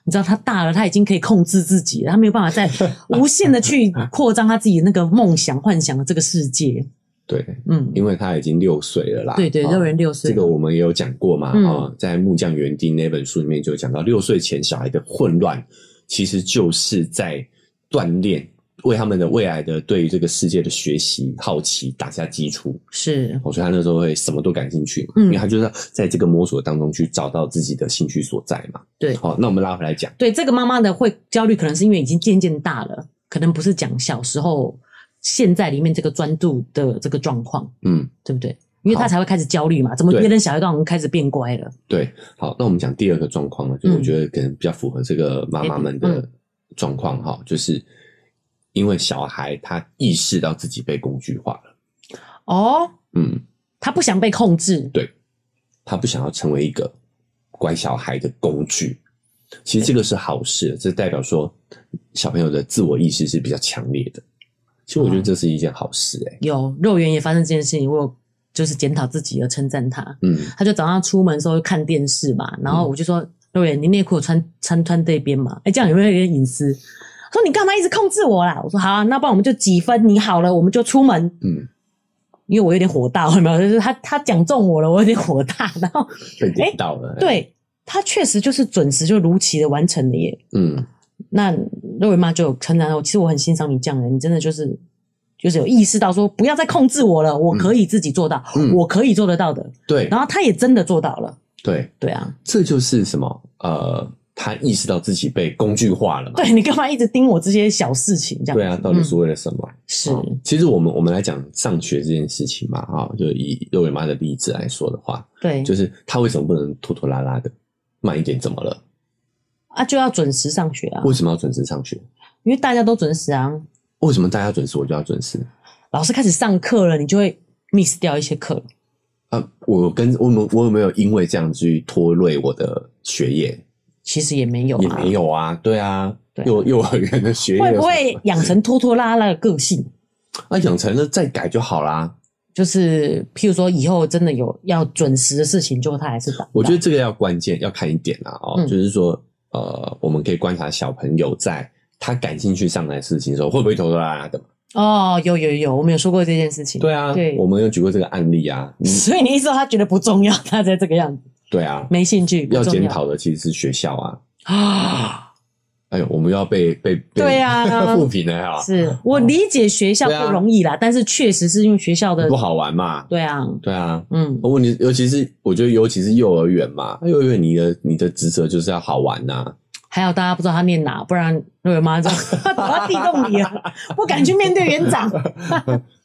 A: 你知道他大了，他已经可以控制自己了，他没有办法 再无限的去扩张他自己那个梦想、幻想的这个世界。
B: 对，
A: 嗯，
B: 因为他已经六岁了啦，
A: 对对，
B: 哈
A: 肉圆六岁
B: 啊这
A: 了，
B: 个我们也有讲过嘛，啊、
A: 嗯
B: 在《木匠园丁》那本书里面就讲到，六岁前小孩的混乱，其实就是在锻炼，为他们的未来的对于这个世界的学习好奇打下基础。
A: 是
B: 我觉得他那时候会什么都感兴趣，
A: 嗯
B: 因为他就是在这个摸索当中去找到自己的兴趣所在嘛。
A: 对
B: 好、那我们拉回来讲，
A: 对这个妈妈的会焦虑，可能是因为已经渐渐大了，可能不是讲小时候现在里面这个专注的这个状况，
B: 嗯，
A: 对不对？因为他
B: 好
A: 才会开始焦虑嘛，怎么
B: 对
A: 别人小孩都好像开始变乖了？
B: 对，好，那我们讲第二个状况呢，就
A: 嗯
B: 我
A: 哎
B: 觉得可能比较符合这个妈妈们的状况哈，就是因为小孩他意识到自己被工具化了，
A: 哦，
B: 嗯。
A: 他不想被控制，
B: 他不想要成为一个乖小孩的工具。其实这个是好事，这代表说小朋友的自我意识是比较强烈的。其实我觉得这是一件好事、欸，哎、
A: 有肉圆也发生这件事情，我有就是检讨自己而称赞他。
B: 嗯，
A: 他就早上出门的时候就看电视嘛，然后我就说：“肉圆，你内裤有穿穿穿这边嘛？哎、这样有没有有点隐私？”他说：“你干嘛一直控制我啦？”我说：“好、啊，那不然我们就几分你好了，我们就出门。”
B: 嗯，
A: 因为我有点火大，有没有？就是他他讲中我了，我有点火大。然后
B: 被点到了、欸，，
A: 哎对他确实就是准时就如期的完成了耶。
B: 嗯，那
A: 肉圆妈就有称赞我，其实我很欣赏你这样的人，你真的就是就是有意识到说不要再控制我了，我可以自己做到，
B: 嗯
A: 我可以做得到的。
B: 对
A: 然后她也真的做到了，
B: 对，
A: 对啊，
B: 这就是什么？呃，他意识到自己被工具化了嘛？
A: 对你干嘛一直盯我这些小事情这样？
B: 对啊，到底是
A: 嗯、
B: 为了什么？
A: 是
B: 哦其实我们我们来讲上学这件事情嘛，哈、就以肉圆妈的例子来说的话，
A: 对，
B: 就是他为什么不能拖拖拉拉的？慢一点怎么了？
A: 啊，就要准时上学啊，
B: 为什么要准时上学？
A: 因为大家都准时啊。
B: 为什么大家准时我就要准时？
A: 老师开始上课了，你就会 miss 掉一些课。
B: 啊，我跟我们我有没有因为这样去拖累我的学业？
A: 其实也没有、啊，
B: 也没有啊，对啊，
A: 对
B: 幼幼儿园的学业
A: 会
B: 有
A: 不
B: 什么
A: 会养成拖拖拉拉的个性？
B: 啊养成了再改就好啦？
A: 就是譬如说，以后真的有要准时的事情，就他还是打。
B: 我觉得这个要关键要看一点啦哦，
A: 嗯
B: 就是说呃，我们可以观察小朋友在他感兴趣上来的事情的时候，会不会拖拖拉拉的嘛？
A: 哦，有有有，我们有说过这件事情。
B: 对啊，
A: 对
B: 我们有举过这个案例啊，嗯，
A: 所以你一说他觉得不重要，他才这个样子，
B: 对啊，
A: 没兴趣，不
B: 要
A: 重
B: 检讨的其实是学校啊。
A: 啊。
B: 哎呦，我们又要被被 被
A: 对啊
B: 负评了啊，
A: 是我理解学校
B: 对啊
A: 不容易啦，但是确实是因为学校的
B: 不好玩嘛？
A: 对啊，
B: 对啊，
A: 嗯，
B: 问题尤其是我觉得尤其是幼儿园嘛，幼儿园你的你的职责就是要好玩呐、
A: 还有大家不知道他念哪，不然若有妈就躲到地洞里了，不敢去面对园 长。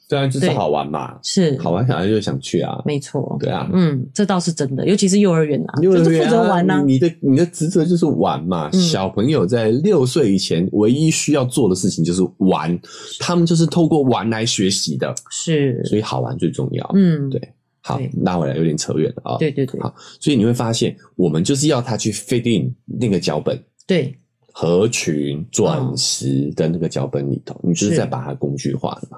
B: 对啊，就是
A: 对
B: 好玩嘛，
A: 是，
B: 好玩小孩就想去啊，
A: 没错，
B: 对啊。
A: 嗯，这倒是真的，尤其是幼儿园啊，
B: 幼
A: 就
B: 儿
A: 是
B: 园
A: 负责玩呐、
B: 啊，你你的你的职责就是玩嘛。
A: 嗯
B: 小朋友在六岁以前，唯一需要做的事情就是玩，他们就是透过玩来学习的，
A: 是，
B: 所以好玩最重要。
A: 嗯，
B: 对好
A: 对，
B: 拉回来有点扯远了啊、
A: 对对对
B: 好所以你会发现，我们就是要他去 fit in 那个脚本，
A: 对，
B: 合群准时的那个脚本里头，你就是
A: 嗯是
B: 在把它工具化了嘛？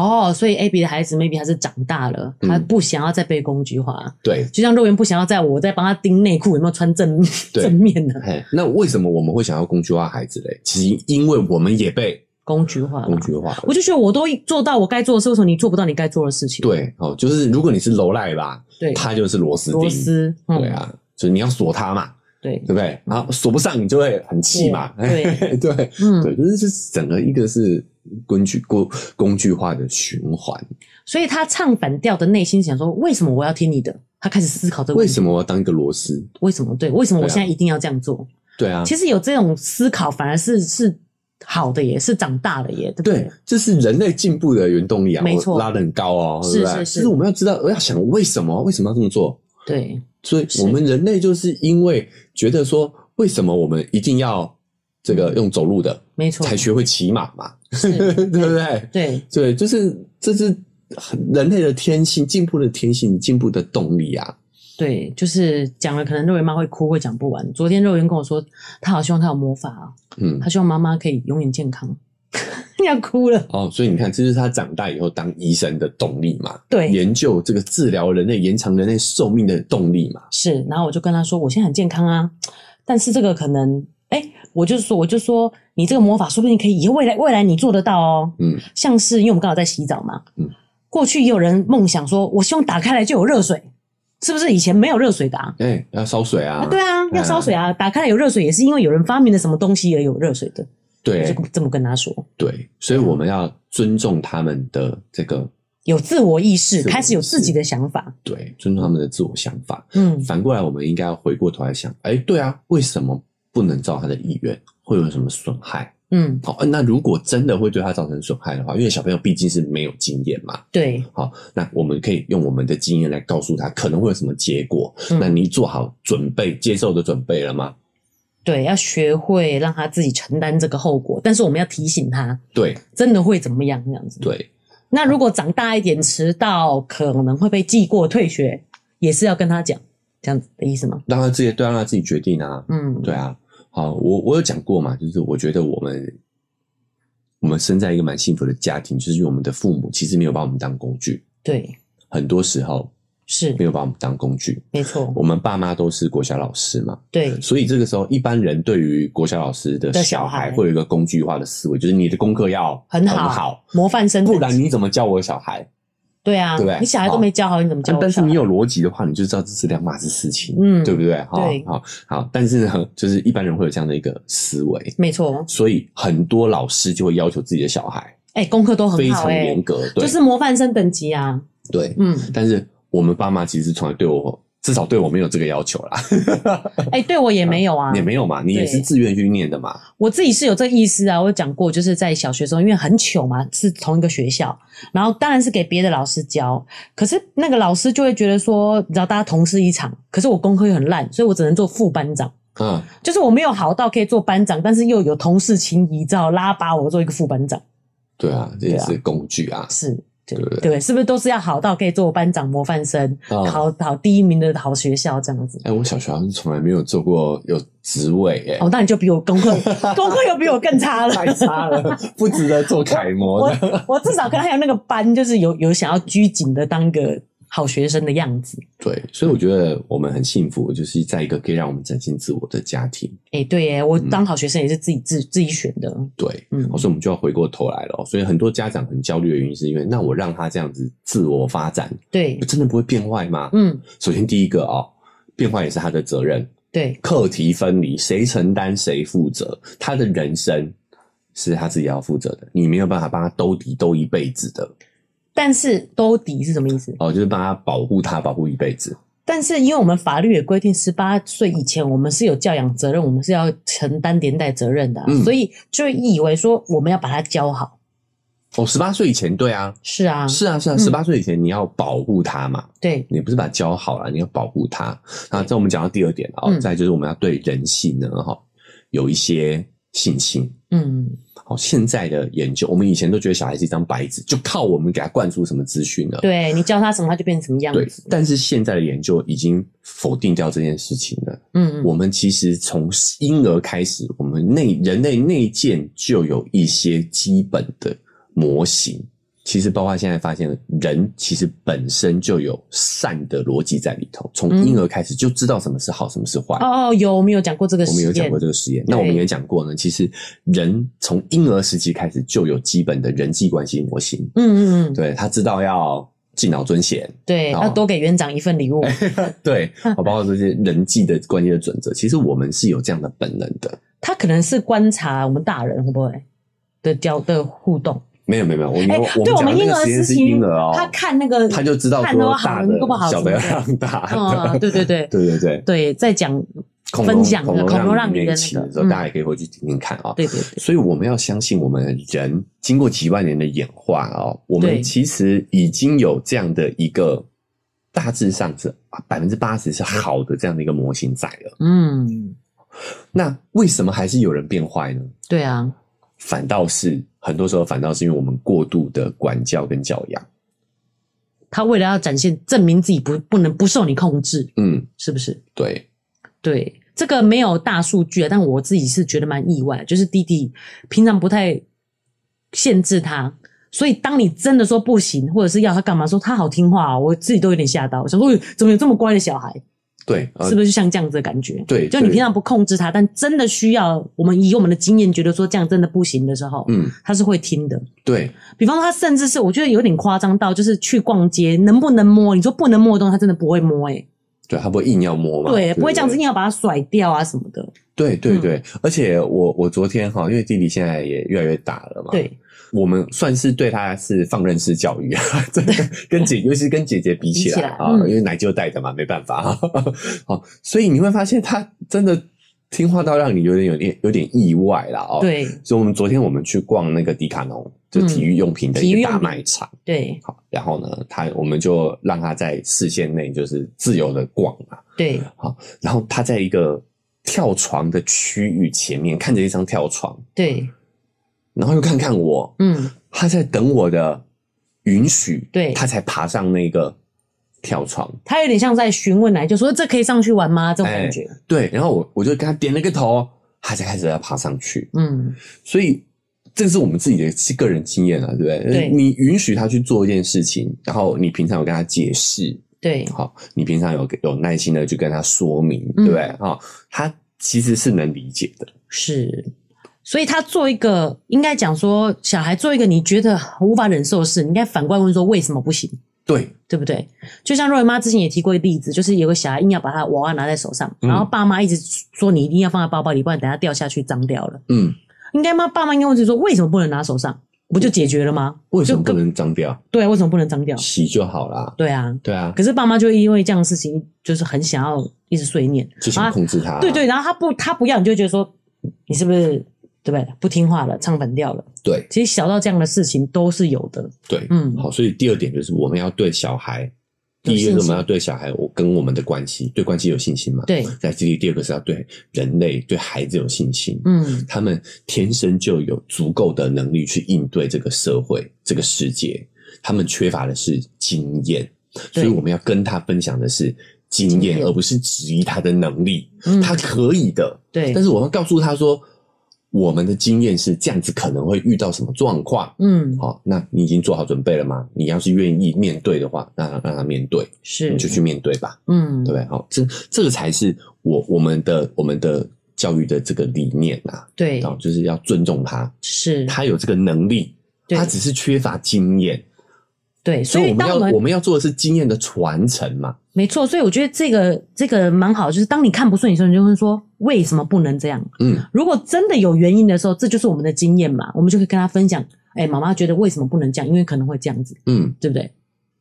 A: 哦，所以 AB 的孩子 maybe 他是长大了，
B: 嗯
A: 他不想要再被工具化，
B: 对，
A: 就像肉圆不想要在我在帮他盯内裤有没有穿正
B: 对
A: 正面的
B: 嘿，那为什么我们会想要工具化孩子嘞？其实因为我们也被
A: 工具化嘛
B: 工。具化了。
A: 我就觉得我都做到我该做的事，为什么你做不到你该做的事情？
B: 对，哦，就是如果你是楼赖吧，
A: 对，
B: 他就是螺丝钉，
A: 螺丝，嗯
B: 对，啊，就是你要锁他嘛，
A: 对
B: 对，不对？然后锁不上，你就会很气嘛，
A: 对
B: 对
A: 嗯，
B: 对，就是是整个一个是工具工工具化的循环。
A: 所以他唱反调的内心想说，为什么我要听你的？他开始思考这个
B: 为
A: 问题，
B: 什么我要当一个螺丝？
A: 为什么对？为什么我
B: 对啊
A: 现在一定要这样做？
B: 对啊，
A: 其实有这种思考，反而是是好的耶，是长大了耶，对不对？
B: 对，这是人类进步的原动力啊，
A: 没错
B: 我拉得很高哦，
A: 是
B: 对不
A: 是
B: 对
A: 是
B: 就是我们要知道，我要想为什么，为什么要这么做？
A: 对
B: 所以
A: 是
B: 我们人类就是因为觉得说，为什么我们一定要这
A: 嗯
B: 个用走路的
A: 没错，
B: 才学会骑马嘛，
A: 是
B: 对不 对？
A: 对，
B: 对，就是这是很人类的天性，进步的天性，进步的动力啊。
A: 对，就是讲了，可能肉圆妈会哭，会讲不完。昨天肉圆跟我说，她好希望她有魔法啊，
B: 嗯，
A: 她希望妈妈可以永远健康。 要哭了，
B: 哦，所以你看，这就是他长大以后当医生的动力嘛，
A: 对，
B: 研究这个治疗人类、延长人类寿命的动力嘛。
A: 是。然后我就跟她说，我现在很健康啊，但是这个可能，哎，我就说，我就说，你这个魔法说不定可以，以后未来未来你做得到哦。
B: 嗯，
A: 像是因为我们刚好在洗澡嘛，
B: 嗯
A: 过去也有人梦想说，我希望打开来就有热水，是不是以前没有热水的啊？
B: 哎、要烧水啊
A: 啊，对啊，要烧水啊，打开来有热水也是因为有人发明了什么东西而有热水的，我
B: 对
A: 就这么啊跟他说，
B: 对，所以我们要尊重他们的这个
A: 有自我意识，
B: 自我意识
A: 开始有自己的想法，
B: 对，尊重他们的自我想法。
A: 嗯，
B: 反过来，我们应该要回过头来想，哎，对啊，为什么不能照他的意愿？会有什么损害？
A: 嗯，
B: 好、呃那如果真的会对他造成损害的话，因为小朋友毕竟是没有经验嘛，
A: 对，
B: 好，那我们可以用我们的经验来告诉他可能会有什么结果。
A: 嗯
B: 那你做好准备、接受的准备了吗？
A: 对，要学会让他自己承担这个后果，但是我们要提醒他，
B: 对
A: 真的会怎么样这样子。
B: 对，
A: 那如果长大一点迟到，可能会被记过退学，也是要跟他讲这样子的意思吗？
B: 让他自己，对，让他自己决定啊。
A: 嗯，
B: 对啊，好，我我有讲过嘛，就是我觉得我们我们生在一个蛮幸福的家庭，就是因为我们的父母其实没有把我们当工具，
A: 对，
B: 很多时候
A: 是
B: 没有把我们当工具。
A: 没错，
B: 我们爸妈都是国小老师嘛，
A: 对
B: 所以这个时候一般人对于国小老师的
A: 的
B: 小
A: 小
B: 孩
A: 孩
B: 会有一个工具化的思维，就是你的功课要
A: 很好
B: 很好，
A: 模范生，
B: 不然你怎么教我小孩？
A: 对啊，
B: 对不对
A: 你小孩都没教好，你怎么教
B: 但
A: 我
B: 但是
A: 小孩
B: 你有逻辑的话，你就知道这是两码子事情，
A: 嗯
B: 对不对？哈
A: 对
B: 好好，但是呢，就是一般人会有这样的一个思维，
A: 没错，
B: 所以很多老师就会要求自己的小孩
A: 哎，功课都很
B: 非
A: 好，
B: 常
A: 哎
B: 严，格，对，
A: 就是模范生等级啊，
B: 对。
A: 嗯，
B: 但是我们爸妈其实从来对我至少对我没有这个要求啦。
A: 哎、对我也没有啊，
B: 也没有嘛，你也是
A: 对
B: 自愿去念的嘛。
A: 我自己是有这个意思啊，我有讲过，就是在小学的时候，因为很糗嘛，是同一个学校，然后当然是给别的老师教，可是那个老师就会觉得说，你知道大家同事一场，可是我功课又很烂，所以我只能做副班长，
B: 嗯，
A: 就是我没有好到可以做班长，但是又有同事情谊照拉拔我做一个副班长，
B: 对啊，这也
A: 对啊
B: 是工具啊。
A: 是。对
B: 对
A: 对，是不是都是要好到可以做班长、模范生，
B: 嗯
A: 考考第一名的好学校这样子？
B: 哎、我小学好像从来没有做过有职位、哎、
A: 哦，那你就比我功课功课又比我更差了，
B: 太差了， 不值得做楷模的。
A: 我我至少可能还有那个班，就是有有想要拘谨的当个好学生的样子。
B: 对，所以我觉得我们很幸福，就是在一个可以让我们展现自我的家庭。
A: 哎、对耶，我当好学生也是自己自自己选的。
B: 对，
A: 嗯
B: 哦所以我们就要回过头来了哦。所以很多家长很焦虑的原因，是因为那我让他这样子自我发展，
A: 对，
B: 真的不会变坏吗？
A: 嗯，
B: 首先第一个哦，变坏也是他的责任，
A: 对，
B: 课题分离，谁承担谁负责，他的人生是他自己要负责的，你没有办法帮他兜底兜一辈子的
A: 但是兜底是什么意思？
B: 哦，就是帮他保护他保护一辈子。
A: 但是因为我们法律也规定，十八岁以前我们是有教养责任，我们是要承担连带责任的啊、
B: 嗯
A: 所以就以为说我们要把他教好。
B: 哦，十八岁以前，对啊，
A: 是啊，
B: 是啊是啊，
A: 嗯
B: 十八岁以前你要保护他嘛，
A: 对，
B: 你不是把它教好了，你要保护它。那这我们讲到第二点啊、哦，
A: 嗯
B: 再就是我们要对人性呢哈、有一些信心。
A: 嗯，
B: 好，哦现在的研究，我们以前都觉得小孩是一张白纸，就靠我们给他灌输什么资讯呢？
A: 对你教他什么，他就变成什么样
B: 对
A: 子。
B: 但是现在的研究已经否定掉这件事情了。
A: 嗯，嗯
B: 我们其实从婴儿开始，我们内人类内建就有一些基本的模型。其实包括现在发现，人其实本身就有善的逻辑在里头，从
A: 嗯
B: 婴儿开始就知道什么是好，什么是坏。
A: 哦哦，有我们有讲过这个
B: 我
A: 实
B: 们
A: 验，
B: 有讲过这个实验，那
A: 对
B: 我们也讲过呢。其实人从婴儿时期开始就有基本的人际关系模型，
A: 嗯嗯嗯，
B: 对他知道要敬老尊贤，
A: 对，
B: 哦
A: 要多给园长一份礼物。
B: 对，
A: 嗯
B: 哦包括这些人际的关系的准则，其实我们是有这样的本能的。
A: 他可能是观察我们大人会不会的交的互动。
B: 没有没有没有，我们、
A: 哎、对
B: 我
A: 我
B: 们
A: 们婴
B: 讲的那个
A: 儿
B: 实验
A: 时
B: 是
A: 期，
B: 婴儿哦，
A: 他看那个
B: 他就知道
A: 看
B: 说
A: 多
B: 大
A: 好
B: 的
A: 不好，
B: 小的
A: 对不对
B: 让大
A: 嗯，
B: 的，
A: 对对对
B: 对对对，
A: 对，在讲
B: 恐龙
A: 分享
B: 恐
A: 的
B: 龙
A: 让
B: 让里
A: 你的
B: 面
A: 那
B: 请
A: 个
B: 的时候，
A: 嗯
B: 大家也可以回去听听看啊、
A: 对对对，
B: 所以我们要相信，我们人经过几万年的演化哦，我们
A: 对
B: 其实已经有这样的一个大致上是啊百分之八十是好的这样的一个模型在了。
A: 嗯，
B: 那为什么还是有人变坏呢？
A: 对啊，
B: 反倒是很多时候，反倒是因为我们过度的管教跟教养。
A: 他为了要展现证明自己不不能不受你控制，
B: 嗯，
A: 是不是？
B: 对，
A: 对，这个没有大数据啊，但我自己是觉得蛮意外，就是弟弟平常不太限制他，所以当你真的说不行，或者是要他干嘛，说他好听话、哦，我自己都有点吓到，我想说哎怎么有这么乖的小孩，
B: 对，呃
A: 是不是就像这样子的感觉？
B: 对
A: 就你
B: 对
A: 平常不控制他，但真的需要我们以我们的经验觉得说这样真的不行的时候，
B: 嗯，
A: 他是会听的。
B: 对，
A: 比方说，他甚至是我觉得有点夸张到，就是去逛街能不能摸？你说不能摸的东西，他真的不会摸、欸，
B: 对，他不会硬要摸嘛，
A: 对，不会这样子硬嗯
B: 对。
A: 要把它甩掉啊什么的，
B: 对对对，而且我我昨天哈，因为弟弟现在也越来越大了嘛，，
A: 对。
B: 我们算是对他是放任式教育 啊， 真的跟姐，尤其是跟姐姐比起
A: 比起
B: 来
A: 来
B: 啊，
A: 嗯
B: 因为奶就带的嘛，没办法啊， 哦，所以你会发现他真的听话到让你有点有点有点意外啦哦，，
A: 对
B: 所以我们昨天我们去逛那个迪卡侬，就体育用品
A: 嗯
B: 的
A: 体
B: 一
A: 育
B: 个
A: 用
B: 大
A: 品
B: 卖场。
A: 对
B: 好，然后呢，他我们就让他在视线内就是自由的逛嘛。
A: 对，
B: 然后他在一个跳床的区域前面看着一张跳床，
A: 对，
B: 然后又看看我，
A: 嗯，
B: 他在等我的允许，
A: 对
B: 他才爬上那个跳床。
A: 他有点像在询问来，就说这可以上去玩吗？这种感觉，
B: 对，然后我我就跟他点了个头，他才开始要爬上去。
A: 嗯，
B: 所以这是我们自己的个人经验啊，对不对？
A: 对
B: 你允许他去做一件事情，然后你平常有跟他解释，
A: 对
B: 好，你平常有有耐心的去跟他说明，
A: 嗯
B: 对不对？啊、他其实是能理解的，
A: 是。所以他做一个，应该讲说，小孩做一个你觉得无法忍受的事，你应该反过来问说为什么不行？
B: 对
A: 对不对？就像若瑞妈之前也提过一个例子，就是有个小孩硬要把他娃娃拿在手上，
B: 嗯
A: 然后爸妈一直说你一定要放在包包里，不然等下掉下去脏掉了。
B: 嗯，
A: 应该吗？爸妈应该问自己说，为什么不能拿手上？不就解决了吗？
B: 为什么
A: 就
B: 不
A: 跟
B: 能脏掉？
A: 对啊，为什么不能脏掉？
B: 洗就好啦。
A: 对啊，
B: 对啊，
A: 可是爸妈就因为这样的事情，就是很想要一直碎念，
B: 就想
A: 啊
B: 控制它、
A: 对对，然后他不他不要，你就会觉得说你是不是对不对不听话了，唱反调了。
B: 对
A: 其实小到这样的事情都是有的，
B: 对，
A: 嗯
B: 好，所以第二点就是我们要对小孩，
A: 有
B: 第一个是
A: 信
B: 我
A: 心
B: 们要对小孩，我跟我们的关系，对关系有信心嘛？。
A: 对，
B: 在这里，第二个是要对人类、对孩子有信心。
A: 嗯，
B: 他们天生就有足够的能力去应对这个社会、这个世界。他们缺乏的是经验，所
A: 对
B: 以我们要跟他分享的是经
A: 经
B: 验，
A: 验
B: 而不是质疑他的能力。
A: 嗯
B: 他可以的，
A: 对
B: 但是我要告诉他说，我们的经验是这样子，可能会遇到什么状况。
A: 嗯，
B: 好、哦那你已经做好准备了吗？你要是愿意面对的话，那让他让他面对，
A: 是
B: 你，就去面对吧。
A: 嗯，
B: 对不对？好，这这个才是我我们的我们的教育的这个理念啊，
A: 对
B: 然，后就是要尊重他，
A: 是，
B: 他有这个能力，
A: 对
B: 他只是缺乏经验，
A: 对，所
B: 所以
A: 以
B: 我们
A: 当
B: 要
A: 我们
B: 我们要做的是经验的传承嘛。
A: 没错，所以我觉得这个这个蛮好，就是当你看不顺眼的时候，你就会说为什么不能这样？
B: 嗯，
A: 如果真的有原因的时候，这就是我们的经验嘛，我们就可以跟他分享。哎、妈妈觉得为什么不能这样？因为可能会这样子，
B: 嗯，
A: 对不对？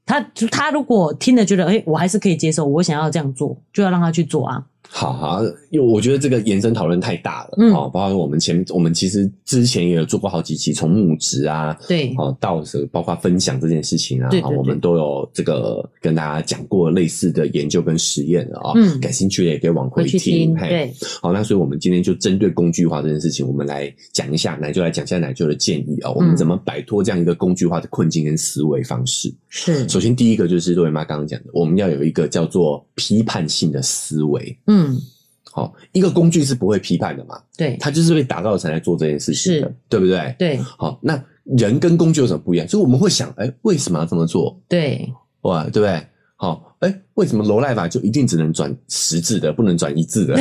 A: 他就他如果听了觉得，哎、我还是可以接受，我想要这样做，就要让他去做啊。
B: 好好，因为我觉得这个延伸讨论太大了，
A: 嗯
B: 哦，包括我们前我们其实之前也有做过好几期，从母职啊，
A: 对，
B: 哦，到这个包括分享这件事情啊，
A: 对对
B: 哦我们
A: 对
B: 都有这个跟大家讲过类似的研究跟实验了啊、
A: 嗯
B: 感兴趣的也可以往
A: 回去听，
B: 嘿
A: 对，
B: 好，那所以我们今天就针对工具化这件事情，我们来讲一下，奶就来讲一下奶就的建议啊、我们
A: 嗯
B: 怎么摆脱这样一个工具化的困境跟思维方式。
A: 是，
B: 首先，第一个就是若维妈刚刚讲的，我们要有一个叫做批判性的思维。
A: 嗯，
B: 好、一个工具是不会批判的嘛，
A: 对，
B: 它就是被打造成来做这件事情的
A: 是，
B: 对不对？
A: 对，
B: 好、那人跟工具有什么不一样？就是我们会想，哎，为什么要这么做？
A: 对，
B: 哇，对不对？好、哎，为什么楼赖法就一定只能转十字的，不能转一字的？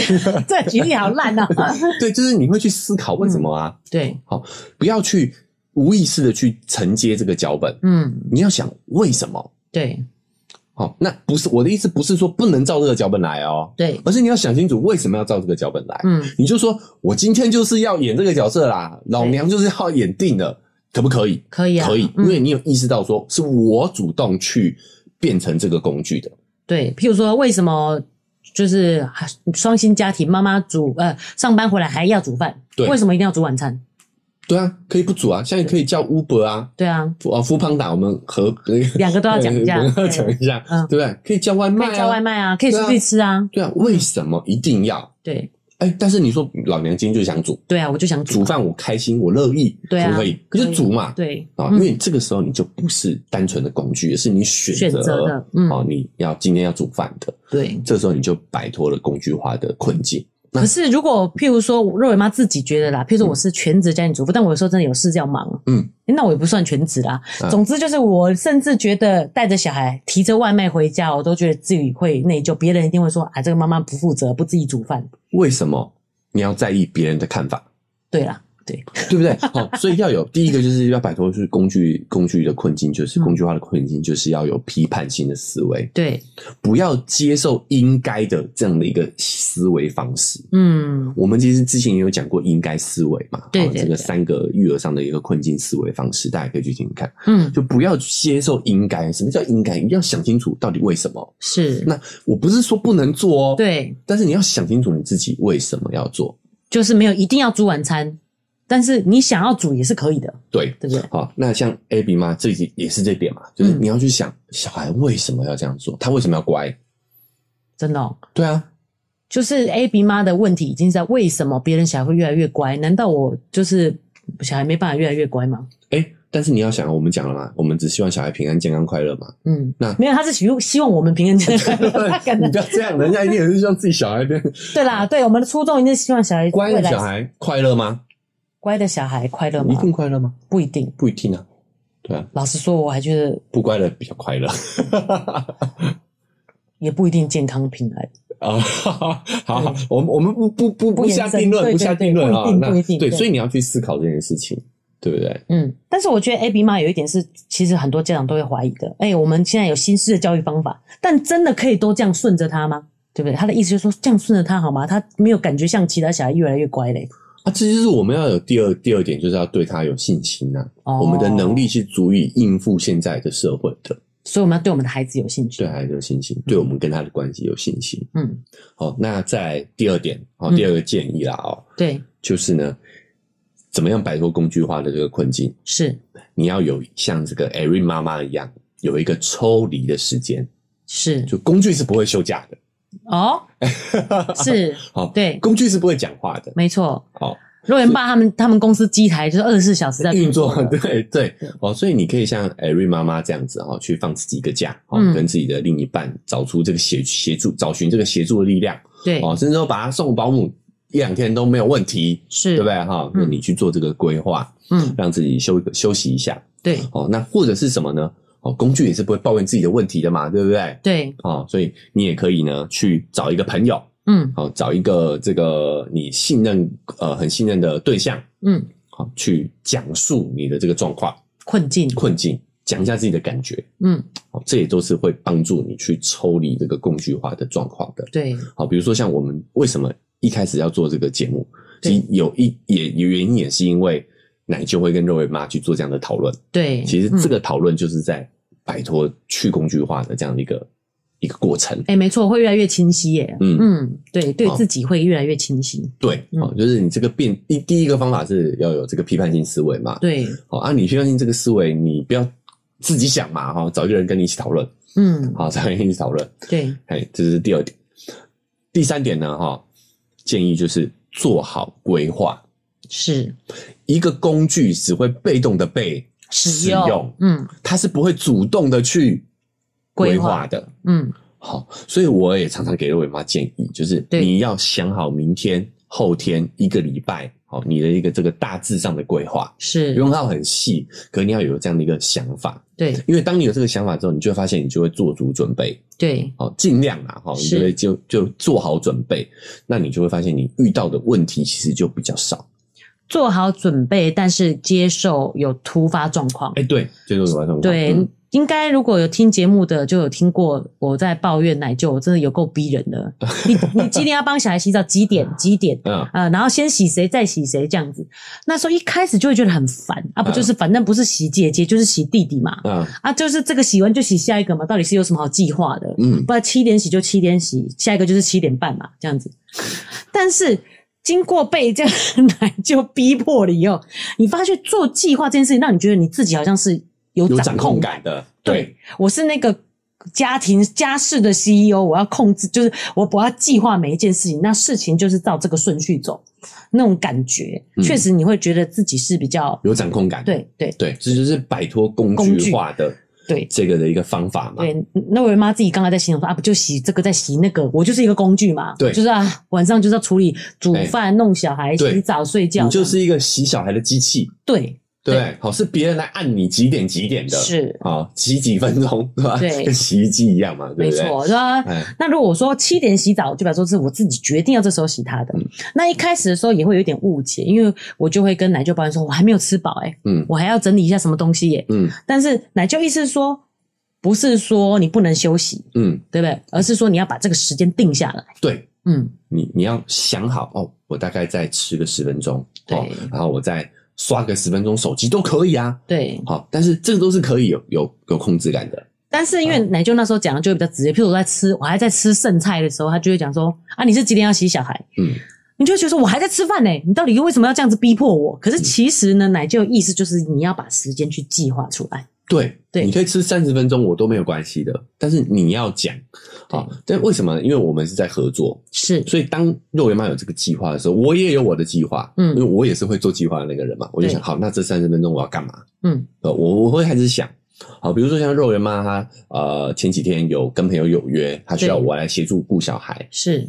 A: 这举例好烂
B: 啊
A: 哦。
B: 对，就是你会去思考为什么啊？
A: 对，
B: 不要去无意识的去承接这个脚本，
A: 嗯，
B: 你要想为什么。
A: 对，
B: 好、那不是我的意思，不是说不能照这个脚本来哦，
A: 对，
B: 而是你要想清楚为什么要照这个脚本来。
A: 嗯，
B: 你就说我今天就是要演这个角色啦，老娘就是要演定了，可不可以？
A: 可以啊，
B: 可以，因
A: 嗯
B: 为你有意识到说是我主动去变成这个工具的。
A: 对，譬如说，为什么就是双薪家庭，妈妈煮呃上班回来还要煮饭，
B: 对
A: 为什么一定要煮晚餐？
B: 对啊，可以不煮啊，现在可以叫 Uber 啊，
A: 对啊，
B: 啊，富胖达我们和
A: 两个都要讲一 下
B: 两个都要讲一下，
A: 嗯
B: 对不对？可以叫外卖、啊，
A: 可以叫外卖啊，可以出
B: 对啊
A: 去吃啊，
B: 对啊，为什么一定要？
A: 对
B: 哎，但是你说老娘今天就想煮，
A: 对啊，我就想
B: 煮
A: 煮，
B: 饭我开心，我乐意，
A: 对啊
B: 可不可以？可就
A: 可以
B: 煮嘛，
A: 对
B: 啊，因
A: 嗯
B: 为这个时候你就不是单纯的工具，而是你选
A: 选
B: 择
A: 择的嗯
B: 哦，你要今天要煮饭的，
A: 对。
B: 这时候你就摆脱了工具化的困境。
A: 可是如果譬如说肉尾妈自己觉得啦，譬如说我是全职家庭主妇，但我有时候真的有事要忙，
B: 嗯
A: 诶，那我也不算全职啦。
B: 嗯
A: 总之就是我甚至觉得带着小孩提着外卖回家，我都觉得自己会内疚，别人一定会说啊，这个妈妈不负责，不自己煮饭。
B: 为什么你要在意别人的看法？
A: 对啦，对，
B: 对不对？好、所以要有第一个就是要摆脱就是工具工具的困境，就是
A: 嗯
B: 工具化的困境，就是要有批判性的思维，
A: 对，
B: 不要接受应该的这样的一个思维方式。
A: 嗯，
B: 我们其实之前也有讲过应该思维嘛，
A: 对
B: 好
A: 对
B: 这个
A: 对
B: 三个育儿上的一个困境思维方式，大家可以去听听看，
A: 嗯，
B: 就不要接受应该。什么叫应该？你要想清楚到底为什么。
A: 是，
B: 那我不是说不能做哦，，
A: 对，
B: 但是你要想清楚你自己为什么要做，
A: 就是没有一定要煮晚餐，但是你想要煮也是可以的，
B: 对。
A: 对不对？
B: 好，那像 Abby 妈这集也是这点嘛，就是
A: 嗯
B: 你要去想、小孩为什么要这样做，他为什么要乖？
A: 真的、哦，
B: 对啊，
A: 就是 A B 妈的问题已经在为什么别人小孩会越来越乖？难道我就是小孩没办法越来越乖吗？
B: 哎、但是你要想，我们讲了嘛，我们只希望小孩平安、健康、快乐嘛。
A: 嗯，
B: 那
A: 没有，他是希希望我们平安健 康 他可
B: 你
A: 能
B: 不要这样，人家一定也是希望自己小孩变
A: 对啦，对，我们的初衷一定是希望小孩
B: 乖
A: 未
B: 的
A: 来
B: 小，孩快乐吗？
A: 乖的小孩快乐
B: 一
A: 吗？
B: 定快乐吗？
A: 不一定。
B: 不一定啊。对啊，
A: 老实说，我还觉得
B: 不乖的比较快乐
A: 也不一定健康平安。
B: 啊。好，我们我们不不不
A: 不
B: 不
A: 延
B: 下
A: 伸
B: 定论，
A: 对
B: 不下
A: 对
B: 定论
A: 对
B: 啊
A: 不一。定
B: 那
A: 不一定
B: 对，
A: 对
B: 所以你要去思考这件事情，对不对？
A: 嗯，但是我觉得 A B 妈有一点是，其实很多家长都会怀疑的。哎、我们现在有新式的教育方法，但真的可以都这样顺着他吗？对不对？他的意思就是说，这样顺着他好吗？他没有感觉像其他小孩越来越乖嘞。
B: 啊，这就是我们要有第二第二点，就是要对他有信心呐、啊
A: 哦
B: 我们的能力是足以应付现在的社会的，
A: 所以我们要对我们的孩子有兴趣。
B: 对孩子有信心，对我们跟他的关系有信心。
A: 嗯，
B: 好、那在第二点，好、
A: 嗯
B: 第二个建议啦，哦，
A: 对，
B: 就是呢，怎么样摆脱工具化的这个困境？
A: 是
B: 你要有像这个艾瑞妈妈一样，有一个抽离的时间，
A: 是
B: 就工具是不会休假的，
A: 哦， 是，
B: 好、
A: 对
B: 工具是不会讲话的，哦
A: 没错。
B: 好、
A: 若元爸他们他们公司机台就是二十四小时在
B: 运
A: 作
B: 作，
A: 的，
B: 对对
A: 对，
B: 哦，所以你可以像艾瑞妈妈这样子哦，去放自己一个假，哦，
A: 嗯
B: 跟自己的另一半找出这个协协助，找寻这个协助的力量，
A: 对，
B: 哦，甚至说把他送保姆一两天都没有问题，
A: 是，
B: 对不？对哈？那
A: 嗯
B: 你去做这个规划，
A: 嗯，
B: 让自己休一个休息一下，
A: 对
B: 哦，那或者是什么呢？哦，工具也是不会抱怨自己的问题的嘛，对不对？
A: 对，
B: 哦，所以你也可以呢，去找一个朋友，
A: 嗯
B: 哦，找一个这个你信任呃很信任的对象，
A: 嗯，
B: 好、去讲述你的这个状况。
A: 困境，
B: 困境，讲一下自己的感觉，
A: 嗯，
B: 好，这也都是会帮助你去抽离这个工具化的状况的。
A: 对，
B: 好，比如说像我们为什么一开始要做这个节目，
A: 对
B: 其实有一也有原因也是因为奶就会跟肉圆妈去做这样的讨论。
A: 对，
B: 其实
A: 嗯。
B: 这个讨论就是在摆脱去工具化的这样的一个一个过程。
A: 哎、没错，会越来越清晰耶。
B: 嗯
A: 嗯，对，对
B: 好
A: 自己会越来越清晰。
B: 对，
A: 嗯
B: 哦，就是你这个变第第一个方法是要有这个批判性思维嘛。
A: 对，
B: 好啊，你批判性这个思维，你不要自己想嘛，哈、找一个人跟你一起讨论，
A: 嗯，
B: 好，找一个人跟你一起讨论。
A: 对，
B: 哎，这是第二点。第三点呢，哈，建议就是做好规划。
A: 是
B: 一个工具只会被动的被
A: 使
B: 用，
A: 嗯
B: 它是不会主动的去规划的。
A: 嗯，
B: 好，所以我也常常给瑞妈建议，就是
A: 对
B: 你要想好明天、后天、一个礼拜，好，你的一个这个大致上的规划，不
A: 是，
B: 用到很细，可你要有这样的一个想法。
A: 对
B: 因为当你有这个想法之后，你就会发现你就会做足准备，
A: 对，
B: 哦，尽量啊，哈、你
A: 是
B: 就会就就做好准备，那你就会发现你遇到的问题其实就比较少。
A: 做好准备，但是接受有突发状况。
B: 哎、对，这就是完全
A: 对，
B: 嗯
A: 应该如果有听节目的，就有听过我在抱怨奶舅，我真的有够逼人 的。你你几点要帮小孩洗澡？几点？几点？
B: 嗯，
A: 呃，然后先洗谁，再洗谁这样子。那时候一开始就会觉得很烦啊，不就是反正不是洗姐姐就是洗弟弟嘛，
B: 嗯
A: 啊，就是这个洗完就洗下一个嘛，到底是有什么好计划的？
B: 嗯，
A: 不然七点洗就七点洗，下一个就是七点半嘛，这样子。但是经过被这样奶就逼迫了以后，你发现做计划这件事情，让你觉得你自己好像是有
B: 有
A: 掌
B: 掌控。感的，对
A: 对，我是那个家庭家事的 CEO，我要控制，就是我我要计划每一件事情，那事情就是照这个顺序走，那种感觉，
B: 嗯
A: 确实你会觉得自己是比较
B: 有掌控感，
A: 对对
B: 对，这就是摆脱工
A: 工
B: 具
A: 具
B: 化的
A: 对
B: 这个的一个方法嘛。
A: 对，那我妈自己刚才在形容说啊，不就洗这个，再洗那个，我就是一个工具嘛，
B: 对哎
A: 就是啊，晚上就是要处理煮饭、弄小孩、
B: 对
A: 洗澡、睡觉，
B: 你就是一个洗小孩的机器，
A: 对，
B: 对不
A: 对
B: 对，好是别人来按你几点几点的，
A: 是
B: 啊，洗几分钟，对吧？
A: 对
B: 跟洗衣机一样嘛，对
A: 没
B: 不对？
A: 错，对啊。
B: 哎，
A: 那如果我说七点洗澡，就表示是我自己决定要这时候洗它的。
B: 嗯
A: 那一开始的时候也会有点误解，因为我就会跟奶舅抱怨说，我还没有吃饱、欸，
B: 嗯
A: 我还要整理一下什么东西耶、
B: 嗯
A: 但是奶舅意思是说，不是说你不能休息，
B: 嗯，
A: 对不对？而是说你要把这个时间定下来。
B: 对，
A: 嗯，
B: 你你要想好哦，我大概再吃个十分钟，
A: 对
B: 哦，然后我再刷个十分钟手机都可以啊，
A: 对。
B: 好、但是这个都是可以有有有控制感的，
A: 但是因为
B: 嗯
A: 奶舅那时候讲的就会比较直接，譬如我在吃，我还在吃剩菜的时候，他就会讲说啊，你是几点要洗小孩？
B: 嗯，
A: 你就会觉得说我还在吃饭呢、你到底为什么要这样子逼迫我？可是其实呢，奶舅的意思就是你要把时间去计划出来。
B: 对，
A: 对
B: 你可以吃三十分钟我都没有关系的，但是你要讲
A: 对
B: 啊、但为什么呢？因为我们是在合作，
A: 是，
B: 所以当肉圆妈有这个计划的时候，我也有我的计划，
A: 嗯
B: 因为我也是会做计划的那个人嘛，我就
A: 对
B: 想，好，那这三十分钟我要干嘛？
A: 嗯，
B: 呃，我我会开始想，好，比如说像肉圆妈她呃前几天有跟朋友有约，她需要
A: 对
B: 我来协助顾小孩，
A: 是，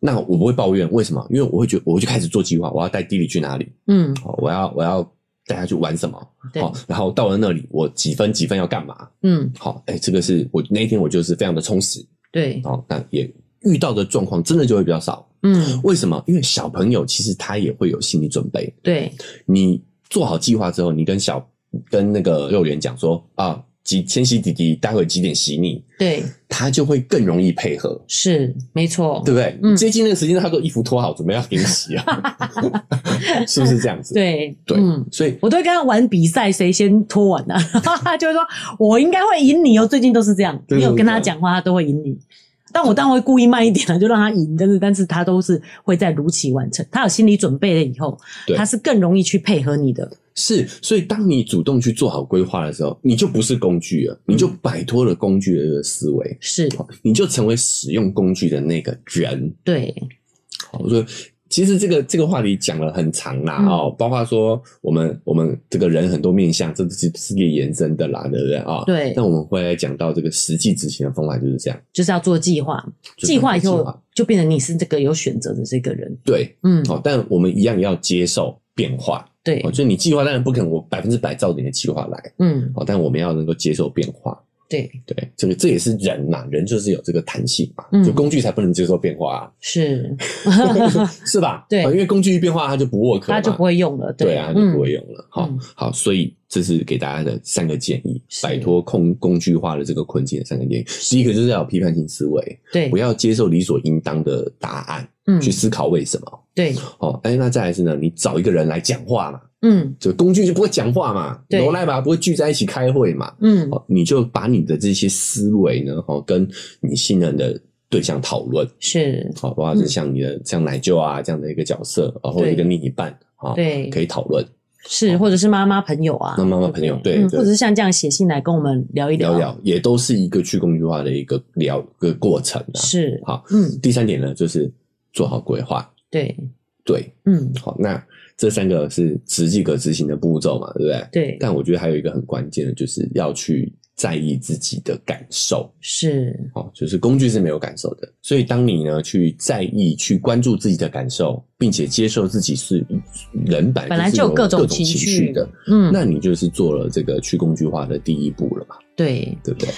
B: 那我不会抱怨，为什么？因为我会觉我会就开始做计划，我要带弟弟去哪里，
A: 嗯，
B: 哦，我要我要带他去玩什么，
A: 对
B: 哦，然后到了那里我几分几分要干嘛，
A: 嗯，
B: 好、哎、这个是我那一天我就是非常的充实，
A: 对，
B: 哦，那也遇到的状况真的就会比较少，
A: 嗯，
B: 为什么？因为小朋友其实他也会有心理准备，
A: 对，
B: 你做好计划之后，你跟小跟那个肉圆讲说啊，几千禧弟弟待会几点洗你，
A: 对，
B: 他就会更容易配合。
A: 是没错，
B: 对不对？
A: 嗯
B: 接近那个时间，他都衣服脱好，准备要给你洗啊，是不是这样子？
A: 对
B: 对
A: 嗯。
B: 所以
A: 我都会跟他玩比赛，谁先脱完啊？ 他就会说：“我应该会赢你哦。”最近都是这样，
B: 对
A: 你有
B: 对
A: 跟他
B: 对
A: 讲话，他都会赢你。但我当然会故意慢一点啊，就让他赢。但是，但是他都是会在如期完成。他有心理准备了以后，
B: 对
A: 他是更容易去配合你的。
B: 是，所以当你主动去做好规划的时候，你就不是工具了，你就摆脱了工具的思维，
A: 是
B: 你就成为使用工具的那个人。
A: 对，
B: 好所以其实这个这个话题讲了很长啦，
A: 嗯
B: 哦，包括说我们我们这个人很多面向，这是是个延伸的啦，对不对啊？
A: 对
B: 那我们会来讲到这个实际执行的方法就是这样，
A: 就是要做计划，
B: 就是
A: 计划以
B: 计
A: 后
B: 划
A: 就变成你是这个有选择的这个人。
B: 对，
A: 嗯，
B: 好、但我们一样要接受变化。
A: 对
B: 哦，，就是你计划当然不可能我百分之百照你的计划来，
A: 嗯，
B: 哦，但我们要能够接受变化。
A: 对，
B: 对，这个这也是人嘛，人就是有这个弹性嘛，
A: 嗯
B: 就工具才不能接受变化、啊，
A: 是，
B: 是吧？
A: 对
B: 哦因为工具一变化，它就不 work 了嘛
A: 他就不会用了。
B: 对
A: 对
B: 啊，它就不会
A: 用。
B: 用了。好、
A: 嗯
B: 好，所以这是给大家的三个建议，
A: 是
B: 摆脱控工具化的这个困境的三个建议。第一个就是要有批判性思维，
A: 对
B: 不，要接受理所应当的答案，
A: 嗯，
B: 去思考为什么。
A: 对，
B: 哦，哎，那再来是呢，你找一个人来讲话嘛，
A: 嗯
B: 就工具就不会讲话嘛，
A: 对
B: 罗赖吧不会聚在一起开会嘛，
A: 嗯，
B: 哦，你就把你的这些思维呢，哦，跟你信任的对象讨论，
A: 是，
B: 好、包括是像你的、像奶舅啊这样的一个角色，哦、或
A: 嗯
B: 者
A: 对
B: 一个另一半，啊、
A: 对
B: 可以讨论，
A: 是，或者是妈妈朋友啊，
B: 那妈妈朋友
A: 对
B: 对
A: 不嗯，
B: 对
A: 或者是像这样写信来跟我们聊一
B: 聊聊，也都是一个去工具化的一个聊一个过程啊。
A: 是，
B: 好，
A: 嗯，
B: 第三点呢，就是做好规划，
A: 对，
B: 对，
A: 嗯，
B: 好，那这三个是实际可执行的步骤嘛，对不对？
A: 对，
B: 但我觉得还有一个很关键的，就是要去在意自己的感受。
A: 是，
B: 哦，就是工具是没有感受的，所以当你呢去在意、去关注自己的感受，并且接受自己是人本
A: 本来
B: 是
A: 就有
B: 有
A: 各
B: 各
A: 种情
B: 情
A: 绪
B: 的，
A: 嗯，
B: 那你就是做了这个去工具化的第一步了嘛，
A: 对，
B: 对不对？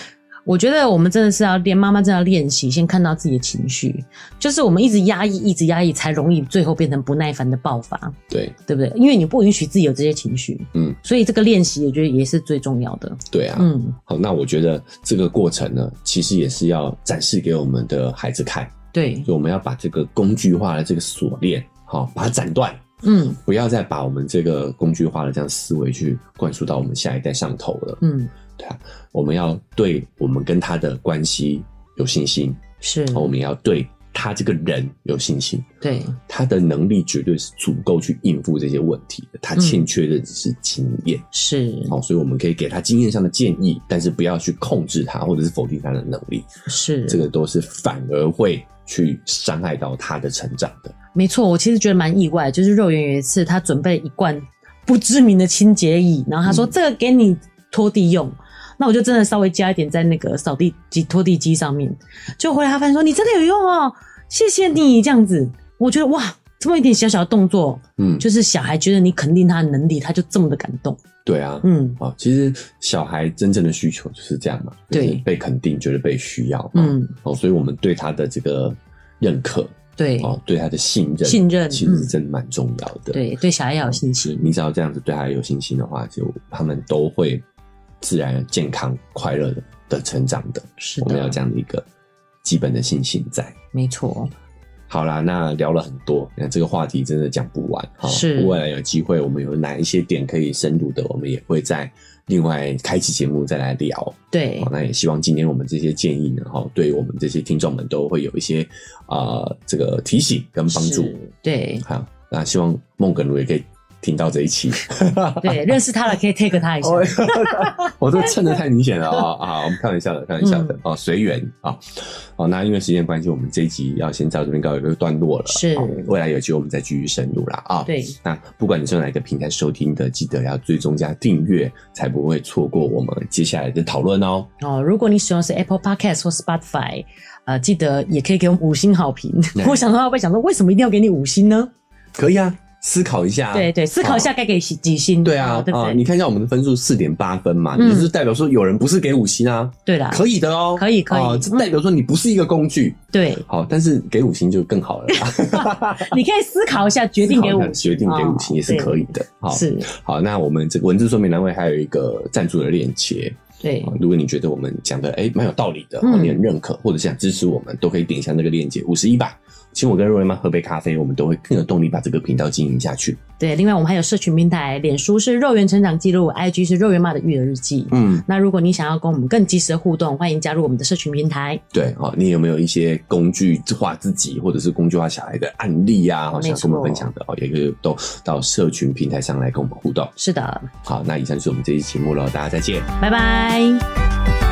A: 我觉得我们真的是要练，妈妈真的要练习，先看到自己的情绪，就是我们一直压抑，一直压抑，才容易最后变成不耐烦的爆发，
B: 对
A: 对不对？因为你不允许自己有这些情绪，
B: 嗯，
A: 所以这个练习我觉得也是最重要的，
B: 对啊，
A: 嗯，
B: 好，那我觉得这个过程呢，其实也是要展示给我们的孩子看，
A: 对，
B: 就我们要把这个工具化的这个锁链，好、把它斩断。
A: 嗯
B: 不要再把我们这个工具化的这样思维去灌输到我们下一代上头了。
A: 嗯，
B: 对啊，我们要对我们跟他的关系有信心，
A: 是，
B: 我们也要对他这个人有信心，
A: 对，
B: 他的能力绝对是足够去应付这些问题的，他欠缺的只是经验。
A: 是
B: 好、所以我们可以给他经验上的建议，但是不要去控制他或者是否定他的能力，
A: 是
B: 这个都是反而会去伤害到他的成长的。
A: 没错，我其实觉得蛮意外，就是肉圆有一次他准备了一罐不知名的清洁液，然后他说、
B: 嗯
A: 这个给你拖地用。那我就真的稍微加一点在那个扫地机、拖地机上面，就回来他发现说你真的有用哦，谢谢你这样子。我觉得哇，这么一点小小的动作，
B: 嗯，
A: 就是小孩觉得你肯定他的能力，他就这么的感动。
B: 对啊。
A: 嗯
B: 好，其实小孩真正的需求就是这样嘛，就是
A: 对
B: 被肯定，觉得被需要，嗯，
A: 嗯，
B: 哦，所以我们对他的这个认可，
A: 对、
B: 哦，对他的信任，
A: 信任
B: 其实是
A: 嗯
B: 真的蛮重要的。
A: 对对，小孩要有信
B: 是
A: 心。
B: 你只要这样子对他有信心的话，就他们都会自然健康、快乐的的成长的。
A: 是
B: 我们要
A: 的，
B: 这样的一个基本的信心在。
A: 没错，
B: 好啦，那聊了很多，那这个话题真的讲不完。好，
A: 是
B: 未来有机会，我们有哪一些点可以深入的，我们也会在另外开期节目再来聊。哦
A: 对
B: 好，，那也希望今天我们这些建议呢，哈，对于我们这些听众们都会有一些啊、呃这个提醒跟帮助。
A: 是，对
B: 好，那希望孟耿如也可以听到这一 期。
A: 对，认识他了可以 take 他一下。
B: 哦我都蹭的太明显了啊、 啊！我们开玩笑的，开玩笑的
A: 嗯
B: 哦，随缘啊。好，那因为时间关系，我们这一集要先到这边告一个段落了。
A: 是
B: 好未来有机会我们再继续深入啦啊。。
A: 对，
B: 那不管你是用哪一个平台收听的，记得要追踪加订阅，才不会错过我们接下来的讨论哦。
A: 哦，如果你使用的是 Apple Podcast 或 Spotify，呃，记得也可以给我们五星好评。
B: 对
A: 我想到会想说，为什么一定要给你五星呢？
B: 可以啊，思考一下。
A: 对对，思考一下该给几几星？
B: 对啊
A: 哦，对不
B: 啊，
A: 对？
B: 你看一下我们的分数四点八分嘛，
A: 嗯
B: 也就是代表说有人不是给五星啊，
A: 对啦，
B: 可以的哦，
A: 可以可以嗯
B: 啊这代表说你不是一个工具。
A: 对，
B: 好，但是给五星就更好了啦，
A: 你可以思 考一下，决定给 五星，
B: 决定给五星也是
A: 哦
B: 可以的。好
A: 对，是
B: 好，那我们这个文字说明栏位还有一个赞助的链接。
A: 对
B: 啊，如果你觉得我们讲的哎蛮有道理的，
A: 嗯
B: 或你很认可，或者想支持我们，都可以点一下那个链接，五十一百，请我跟瑞文妈喝杯咖啡，我们都会更有动力把这个频道经营下去。
A: 对。另外，我们还有社群平台，脸书是肉圆成长记录，IG 是肉圆妈的育儿日记。
B: 嗯，
A: 那如果你想要跟我们更及时的互动，欢迎加入我们的社群平台。
B: 对，好，你有没有一些工具化自己或者是工具化小孩的案例呀、啊？好，
A: 没
B: 想
A: 错
B: 跟我们分享的哦，也可以都到社群平台上来跟我们互动。
A: 是的，
B: 好，那以上就是我们这期节目了，大家再见。
A: 拜拜。